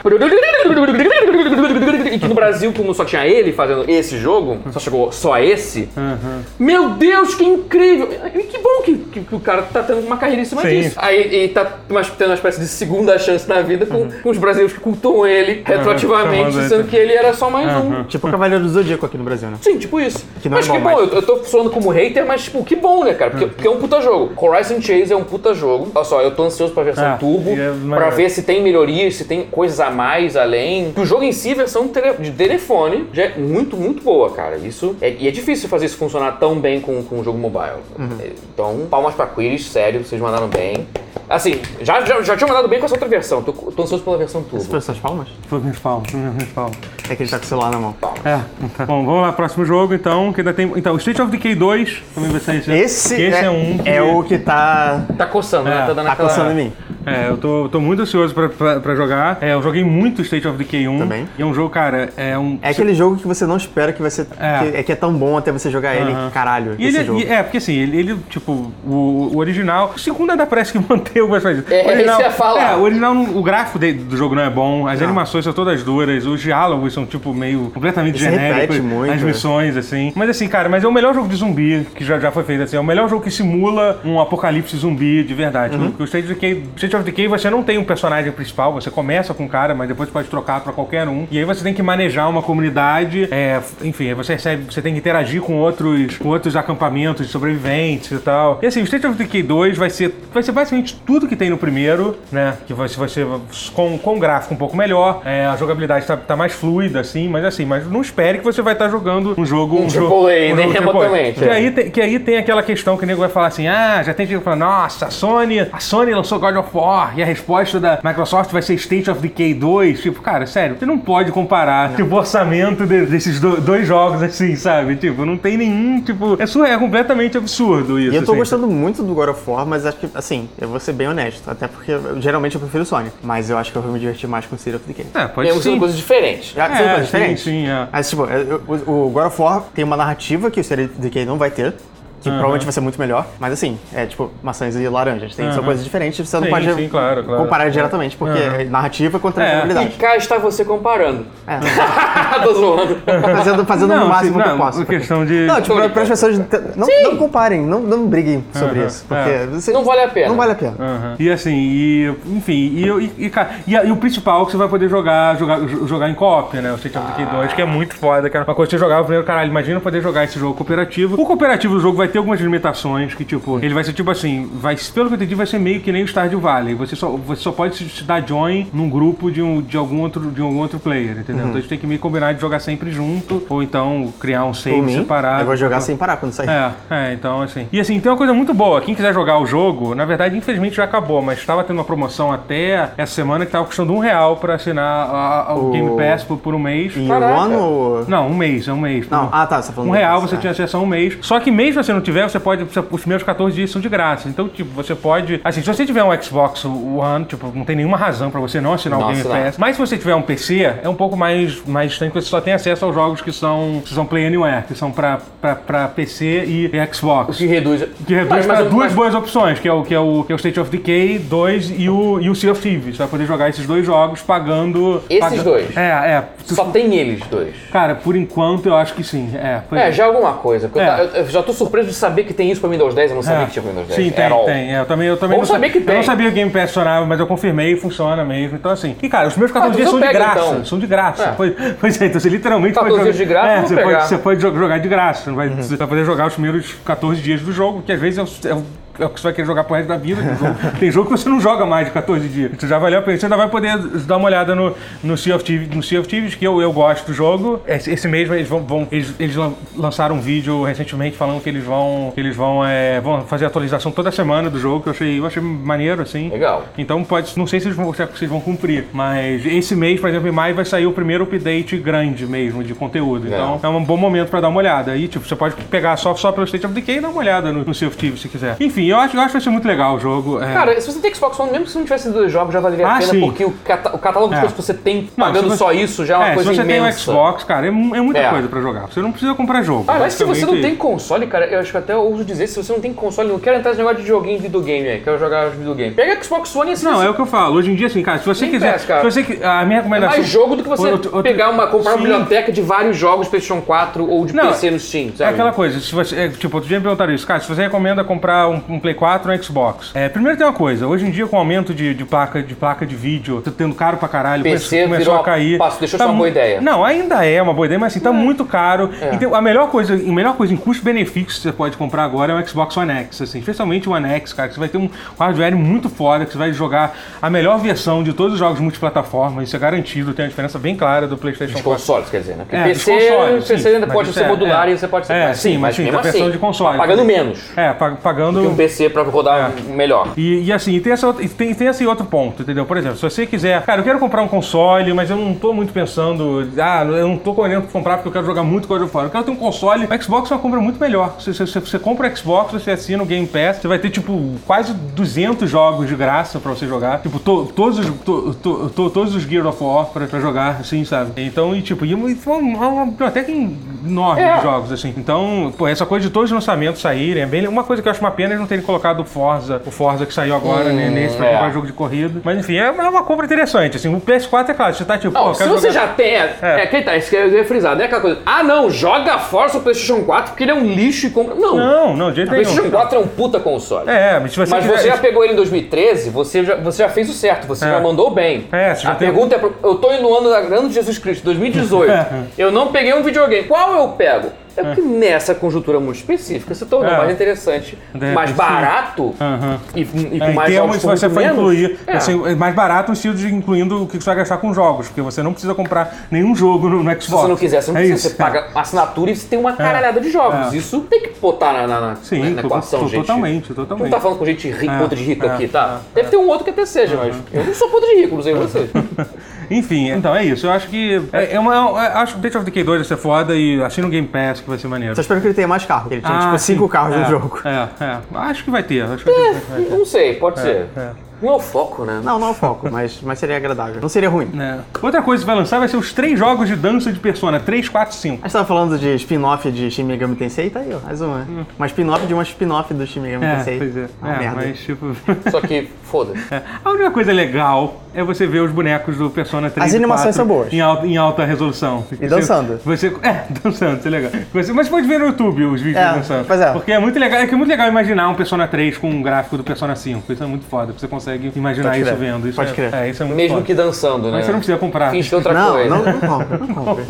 S3: E que no Brasil, como só tinha ele fazendo esse jogo, só chegou só esse.
S2: Uhum.
S3: Meu Deus, que incrível! E que bom que, que- que o cara tá tendo uma carreira em cima
S2: Sim.
S3: disso. Aí ele tá uma- tendo uma espécie de segunda chance na vida com, com os brasileiros que cultuam ele retroativamente,
S2: Uhum. É, chamando ele. Uhum.
S3: sendo que ele era só mais um.
S1: Tipo o Cavaleiro do Zodíaco aqui no Brasil, né?
S3: Sim, tipo isso.
S1: Que não
S3: mas
S1: é bom,
S3: que bom,
S1: mas- Hum.
S3: eu, eu tô funcionando como hater, mas tipo, que bom, né, cara? Porque, porque é um puta jogo. Horizon Chase é um puta jogo. Olha só, eu tô ansioso pra versão
S2: Ah,
S3: turbo,
S2: e é
S3: pra
S2: maior.
S3: ver se tem melhorias, se tem coisas a mais, além. Porque O jogo em si, a versão tele- de telefone, já é muito, muito boa, cara. Isso é, e é difícil fazer isso funcionar tão bem com, com um jogo mobile.
S1: Uhum.
S3: É, Então, palmas pra Quiris, sério, vocês mandaram bem. Assim, já, já, já tinha mandado bem com essa outra versão. Tô, tô ansioso pela versão turbo.
S1: Foi suas palmas?
S2: Foi minhas palmas, foi minhas palmas.
S1: É que ele tá com o celular na mão.
S2: É, tá. Bom, vamos lá, próximo jogo, então, que ainda tem... Então, State of Decay 2, também vai sair...
S1: Esse,
S2: é, um que-
S1: é o que tá,
S3: Tá coçando, né?
S2: É,
S3: Tá dando
S1: tá
S3: aquela...
S1: coçando em mim.
S2: É, eu tô, eu tô muito ansioso pra, pra, pra jogar. É, eu joguei muito State of Decay 1.
S1: Também.
S2: E é um jogo, cara, é um...
S1: É aquele jogo que você não espera que vai ser.
S2: É.
S1: Que, é que é tão bom até você jogar ele. Caralho,
S2: E
S1: esse
S2: ele,
S1: jogo.
S2: e- é, porque assim, ele, ele, tipo, o, o original. O segundo ainda parece que manteve algumas coisas.
S3: É,
S2: o original,
S3: isso eu ia falar.
S2: É, o original, não- o gráfico de- do jogo não é bom, as animações são todas duras, os diálogos são, tipo, meio completamente
S1: Isso
S2: genéricos.
S1: repete muito,
S2: As
S1: né?
S2: missões, assim. Mas assim, cara, mas é o melhor jogo de
S1: Uhum.
S2: zumbi que já, já foi feito, assim. É o melhor jogo que simula um apocalipse zumbi de verdade. Porque o State of Decay, State State of Decay você não tem um personagem principal, você começa com um cara, mas depois pode trocar pra qualquer um. E aí você tem que manejar uma comunidade, é, enfim, aí você recebe, né, você tem que interagir com outros, com outros acampamentos de sobreviventes e tal. E assim, o State of Decay 2 vai ser, vai ser basicamente tudo que tem no primeiro, né? Que vai, vai ser com, com um gráfico um pouco melhor, é, a jogabilidade tá, tá mais fluida, assim, mas assim, mas não espere que você vai estar jogando um jogo. Um, jogo-
S3: AAA, nem
S2: um jogo AAA.
S3: remotamente.
S2: Que aí, tem, que aí tem aquela questão que o nego vai falar assim: ah, já tem gente que fala, nossa, a Sony, a Sony lançou God of War e a resposta da Microsoft vai ser State of Decay 2. Tipo, cara, sério, você não pode comparar tipo, o orçamento de- desses do- dois jogos assim, sabe? Tipo, não tem nenhum, tipo. É, surre- é completamente absurdo isso.
S1: E eu tô
S2: assim.
S1: gostando muito do God of War, mas acho que, assim, eu vou ser bem honesto. Até porque eu- geralmente eu prefiro Sonic, mas eu acho que eu vou me divertir mais com City of Decay.
S2: É, pode
S3: Mesmo sendo
S2: sim.
S3: coisas diferentes. né?
S1: Já- são
S2: É,
S1: coisas
S2: sim,
S1: diferentes.
S2: sim, é.
S1: Mas, tipo, eu- eu- o o God of War tem uma narrativa que o City of Decay não vai ter. Que provavelmente vai ser muito melhor, mas assim, é tipo maçãs e laranjas. Tem, São
S2: Aham.
S1: coisas diferentes, você não
S2: Sim,
S1: pode
S2: sim, claro, claro.
S1: comparar diretamente, porque
S2: Aham.
S1: é narrativa contra
S2: É.
S1: jogabilidade.
S3: E cá está você comparando.
S1: É.
S3: Tô zoando.
S1: Tá Fazendo, fazendo
S2: Não,
S1: o máximo
S2: sim,
S1: que
S2: não,
S1: eu posso.
S2: questão de-
S1: Não, tipo,
S3: Tô
S1: para
S3: brincando.
S1: as pessoas. te- Não, não comparem, não, não briguem sobre
S2: Aham.
S1: isso, porque
S2: É.
S1: vocês-
S3: Não vale a pena.
S1: Não vale a pena.
S2: Aham. E assim, e, enfim, e, eu- e, e, cara, e a- e o principal é que você vai poder jogar, jogar, jo- jogar em co-op, né? O State of
S1: Ah.
S2: Decay 2, que é muito foda, cara. Uma coisa que você jogava primeiro, caralho, imagina poder jogar esse jogo cooperativo. O cooperativo do jogo vai ter algumas limitações, que tipo, ele vai ser tipo assim, vai, pelo que eu entendi, vai ser meio que nem o Stardew Valley. Você só, você só pode se, se dar join num grupo de, um, de, algum, outro, de algum outro player,
S1: Uhum.
S2: entendeu? Então a gente tem que meio combinar de jogar sempre junto, ou então criar um save
S1: Por mim,
S2: separado. tá.
S1: eu vou jogar sem parar quando sair.
S2: É, é, então assim. E assim, tem uma coisa muito boa. Quem quiser jogar o jogo, na verdade, infelizmente já acabou, mas estava tendo uma promoção até essa semana que tava custando um real pra assinar a- a- o
S1: O-
S2: Game Pass por, por um mês.
S1: E
S3: Caraca.
S1: o ano ou.
S2: Não, um mês, é um mês.
S1: Não,
S2: Por-
S1: ah tá, você tá falando.
S2: um real você
S1: é.
S2: tinha acesso a um mês. Só que mesmo se você não tiver, você pode. você- Os primeiros 14 dias são de graça. Então, tipo, você pode. Assim, se você tiver um Xbox One, tipo, não tem nenhuma razão pra você não assinar o
S3: Não
S2: Game
S3: assinar.
S2: Pass. Mas se você tiver um PC, é um pouco mais, mais estranho, porque você só tem acesso aos jogos que são, que são Play Anywhere, que são pra, pra, pra PC e
S3: O
S2: Xbox.
S3: que reduz.
S2: Que reduz
S3: Mas- mas-
S2: para duas
S3: mas-
S2: boas opções, que é o que é o, que é o State of Decay 2 e o, e o Sea of Thieves. Você vai poder jogar esses dois jogos pagando.
S3: Esses
S2: paga-
S3: dois?
S2: É, é.
S3: Só tem eles dois.
S2: Cara, por enquanto eu acho que sim. É, pois
S3: É, já é alguma coisa. porque
S2: É.
S3: Eu, tá- eu- eu já tô surpreso de saber que tem isso pra Windows 10, eu não sabia que tinha pra Windows 10.
S2: Sim, tem,
S3: at all.
S2: tem. É, Eu também, eu também
S3: Bom
S2: não sa-
S3: saber que
S2: Eu
S3: tem.
S2: não sabia que o Game Pass funcionava, mas eu confirmei, funciona mesmo. Então, assim. E, cara, os meus
S3: Ah,
S2: 14 dias
S3: então
S2: são de
S3: pega,
S2: graça.
S3: então.
S2: São de graça.
S3: É.
S2: Pois, pois é, então você literalmente
S3: 14
S2: pode jogar.
S3: dias de graça, eu
S2: é,
S3: vou
S2: você,
S3: pegar.
S2: Pode, você pode jo- jogar de graça. Não vai, Você vai poder jogar os primeiros 14 dias do jogo, que às vezes é o. é o- é o que você vai querer jogar pro resto da vida. Tem jogo, tem jogo que você não joga mais de 14 dias. Você já valeu a pena. Você ainda vai poder dar uma olhada no, no, sea, of Thieves, no sea of Thieves, que eu, eu gosto do jogo. Esse, esse mesmo, eles, vão, vão- eles, eles lan- lançaram um vídeo recentemente falando que eles vão, que eles vão, é, vão fazer atualização toda semana do jogo, que eu achei, eu achei maneiro, assim.
S3: Legal.
S2: Então pode, não sei se eles vão, se eles vão cumprir, mas esse mês, por exemplo, em maio vai sair o primeiro update grande mesmo de conteúdo. Então é um bom momento pra dar uma olhada. E tipo, você pode pegar só, só pelo State of Decay e dar uma olhada no, no Sea of Thieves se quiser. Enfim, eu acho, eu acho que vai ser muito legal o jogo. é.
S3: Cara, se você tem Xbox One, mesmo que você não tivesse dois jogos, já valeria a
S2: Ah,
S3: pena,
S2: sim.
S3: porque o, cata- o catálogo de
S2: É.
S3: coisas que você tem
S2: Não,
S3: pagando
S2: se você-
S3: só isso já é uma
S2: é,
S3: coisa
S2: se você
S3: imensa.
S2: tem um Xbox, cara, é, mu- é muita
S3: É.
S2: coisa pra jogar. Você não precisa comprar jogo.
S3: Ah, mas se você não
S2: Basicamente-
S3: tem console, cara, eu acho que até ouso dizer, se você não tem console, não quero entrar nesse negócio de joguinho de videogame aí, quero jogar videogame. Pega Xbox One e assim.
S2: Não, é o que eu falo. Hoje em dia, assim, cara, se você
S3: Nem
S2: quiser.
S3: peça, cara. É
S2: se você qui- a minha recomendação.
S3: mais jogo do que você
S2: Outro- outro-
S3: pegar uma, comprar um uma
S2: Sim.
S3: biblioteca de vários jogos PlayStation 4 ou de
S2: Não,
S3: PC no Steam,
S2: É
S3: sabe?
S2: aquela coisa, se você, é, tipo, outro dia me perguntaram isso, cara, se você recomenda comprar um, um Play 4 ou um Xbox. É, primeiro tem uma coisa, hoje em dia com o aumento de, de placa, de placa de vídeo, tá tendo caro pra caralho,
S3: PC
S2: começou, começou
S3: virou
S2: a cair. Tá
S3: uma- passou- deixou de ser uma
S2: mu-
S3: boa ideia. É.
S2: Não, ainda é uma boa ideia, mas assim, tá muito caro. E tem- a melhor coisa, a melhor coisa em custo-benefício que você pode comprar agora é um Xbox One X, assim, especialmente o One X, cara, que você vai ter um hardware muito foda, que você vai jogar a melhor versão de todos os jogos multiplataforma, isso é garantido, tem uma diferença bem clara do PlayStation
S3: De
S2: 4.
S3: consoles, quer dizer, né? Porque
S2: É,
S3: PC,
S2: de console,
S3: PC
S2: sim,
S3: ainda
S2: mas
S3: pode
S2: isso
S3: ser
S2: é,
S3: modular
S2: é.
S3: e você pode ser.
S2: É,
S3: mas
S2: sim, mas sim,
S3: mesmo
S2: da versão de console.
S3: Tá pagando menos
S2: É, pag- pagando.
S3: que um PC pra rodar melhor.
S2: E, e assim, tem, essa, outra- e tem, tem esse outro ponto, entendeu? Por exemplo, se você quiser, cara, eu quero comprar um console, mas eu não tô muito pensando, ah, eu não tô querendo comprar porque eu quero jogar muito God of War. Eu quero ter um console. O Xbox é uma compra muito melhor. Você, você, você compra o Xbox, você assina o Game Pass, você vai ter, tipo, quase 200 jogos de graça pra você jogar. Tipo, to- todos, os, to- to- to- todos os Gear of War pra, pra jogar, assim, sabe? Então, e tipo, e, é uma, é uma biblioteca em- enorme
S3: É.
S2: de jogos, assim. Então, pô, essa coisa de todos os lançamentos saírem, é bem... Uma coisa que eu acho uma pena é eles não terem colocado o Forza, o Forza que saiu agora, né, nesse pra
S3: é.
S2: comprar jogo de corrida. Mas, enfim, é uma compra interessante, assim. O PS4 é claro, você tá tipo,
S3: Não,
S2: pô, eu
S3: se
S2: quero
S3: você
S2: jogar-
S3: já tem. É, é quem tá, isso que eu ia frisar, né? Aquela coisa. Ah, não, joga Forza o PlayStation 4 porque ele é um lixo e compra. Não.
S2: Não, não, de jeito
S3: O PlayStation
S2: nenhum.
S3: 4 é um puta console.
S2: É, mas se você
S3: Mas
S2: quiser-
S3: você já pegou ele em 2013, você já, você já fez o certo, você
S2: É.
S3: já mandou bem.
S2: É, você já
S3: A
S2: tem- É.
S3: pergunta é, pro- eu tô indo no ano da grande Jesus Cristo, 2018, eu não peguei um videogame, qual eu pego? É que nessa conjuntura muito específica se tornou
S2: É.
S3: mais interessante,
S2: repente,
S3: mais
S2: sim.
S3: barato
S2: Aham.
S3: e, e com
S2: É, em
S3: mais
S2: termos,
S3: jogos
S2: se
S3: por
S2: você
S3: muito
S2: for
S3: menos.
S2: incluir,
S3: É.
S2: assim, é mais barato o estilo de incluindo o que você vai gastar com jogos, porque você não precisa comprar nenhum jogo no, no Xbox.
S3: Se você não quiser, você não
S2: é
S3: precisa.
S2: isso,
S3: você
S2: é.
S3: paga assinatura e você tem uma caralhada de jogos.
S2: É.
S3: Isso tem que botar na, na, na,
S2: Sim,
S3: na- na
S2: to-
S3: equação,
S2: to-
S3: gente.
S2: totalmente,
S3: Não
S2: totalmente.
S3: tá falando com gente rica,
S2: É,
S3: ponto de rico
S2: é,
S3: aqui, tá?
S2: é,
S3: Deve ter um outro que até seja, mas eu não sou ponto de rico, não sei vocês.
S2: Enfim, então é isso. Eu acho que. É, é uma, eu acho que Date of Decay 2 vai ser foda e assina o Game Pass que vai ser maneiro.
S1: Só espero que ele tenha mais carro. Ele tinha,
S2: Ah,
S1: tipo,
S2: sim.
S1: cinco carros
S2: É,
S1: no jogo.
S2: É, é. Acho que vai ter. Acho que vai ter.
S3: não sei, pode ser.
S2: é.
S3: Não é o foco, né?
S1: Não, não é o foco, mas, mas seria agradável. Não seria ruim.
S2: É. Outra coisa que vai lançar vai ser os três jogos de dança de Persona 3, 4, 5.
S1: A gente tava falando de spin-off de Shin Megami Tensei, tá aí, ó, mais uma. Uma spin-off de uma spin-off do Shin Megami Tensei.
S2: pois Hum. é.
S1: Uma
S2: é,
S1: merda.
S2: mas tipo.
S3: Só que, foda-se.
S2: A única coisa legal é você ver os bonecos do Persona 3.
S1: As
S2: e 4
S1: animações são boas.
S2: Em alta, em alta resolução. E
S1: dançando.
S2: Você, é, dançando, isso é legal. Você, mas pode ver no YouTube os vídeos
S1: É,
S2: dançando.
S1: pois é.
S2: Porque é muito legal, é que é muito legal imaginar um Persona 3 com um gráfico do Persona 5. Isso é muito foda, porque você consegue imaginar
S1: Pode
S2: isso
S1: crer.
S2: vendo. Isso
S1: Pode
S2: é,
S1: crer.
S2: É, isso é muito
S3: Mesmo
S2: foda.
S3: que dançando, né?
S2: Mas você não precisa comprar.
S3: Finge que é outra
S1: Não,
S3: coisa.
S1: não, não compra, não compra.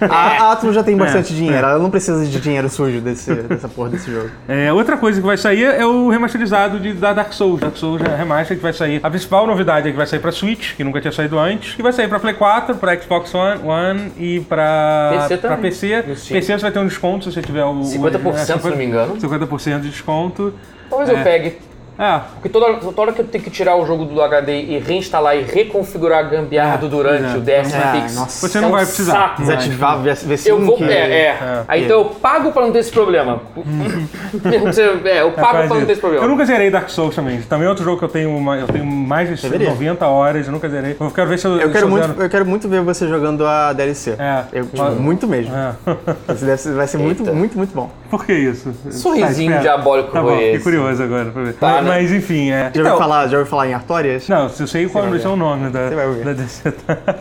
S1: A, a Atlus
S2: É,
S1: já tem bastante dinheiro, ela não precisa de dinheiro sujo desse, dessa porra desse jogo.
S2: É, outra coisa que vai sair é o remasterizado de, da Dark Souls. Dark Souls é remaster que vai sair. A principal novidade é que vai sair pra Switch, que nunca tinha saído antes. E vai sair pra Play 4, pra Xbox One, One e pra
S3: PC
S2: pra
S3: também.
S2: PC.
S3: No Steam.
S2: PC você vai ter um desconto se você tiver o.
S3: 50%,
S2: é,
S3: se não me engano.
S2: 50% de desconto.
S3: Talvez
S2: É.
S3: eu pegue.
S2: É.
S3: Porque toda, hora- toda hora que eu tenho que tirar o jogo do HD e reinstalar e reconfigurar a gambiarra
S2: É,
S3: durante
S2: é.
S3: o DS
S1: Ah,
S3: Fix.
S1: nossa.
S2: Você não
S3: é um
S2: vai precisar.
S3: saco.
S1: Desativar v- V5.
S3: Eu vou.
S1: que-
S3: É, é. Aí,
S1: é.
S3: Então eu pago pra não ter esse problema. Mesmo que você- é, eu pago
S2: Quase
S3: pra não ter
S2: Uhum. isso.
S3: esse problema.
S2: Eu nunca zerei Dark Souls também. Também é outro jogo que eu tenho, uma- eu tenho mais de
S1: Deveria.
S2: 90 horas, eu nunca zerei. Eu quero ver se eu,
S1: Eu
S2: se zero.
S1: quero, muito, eu quero muito ver você jogando a DLC.
S2: É.
S1: Eu, tipo,
S2: Mas-
S1: muito mesmo.
S2: É.
S1: Isso deve ser- vai ser muito,
S3: Eita.
S1: muito, muito bom.
S2: Por que isso?
S3: Um Sorrisinho
S2: espera.
S3: diabólico
S2: tá
S3: foi
S2: bom, fiquei
S3: esse?
S2: curioso agora pra ver.
S3: Tá, né?
S2: Mas enfim, é.
S1: Já ouviu, falar, já ouviu falar em Artorias?
S2: Não, se eu sei qual
S1: vai
S2: é o nome da,
S1: Você vai ouvir.
S2: da DC. tá?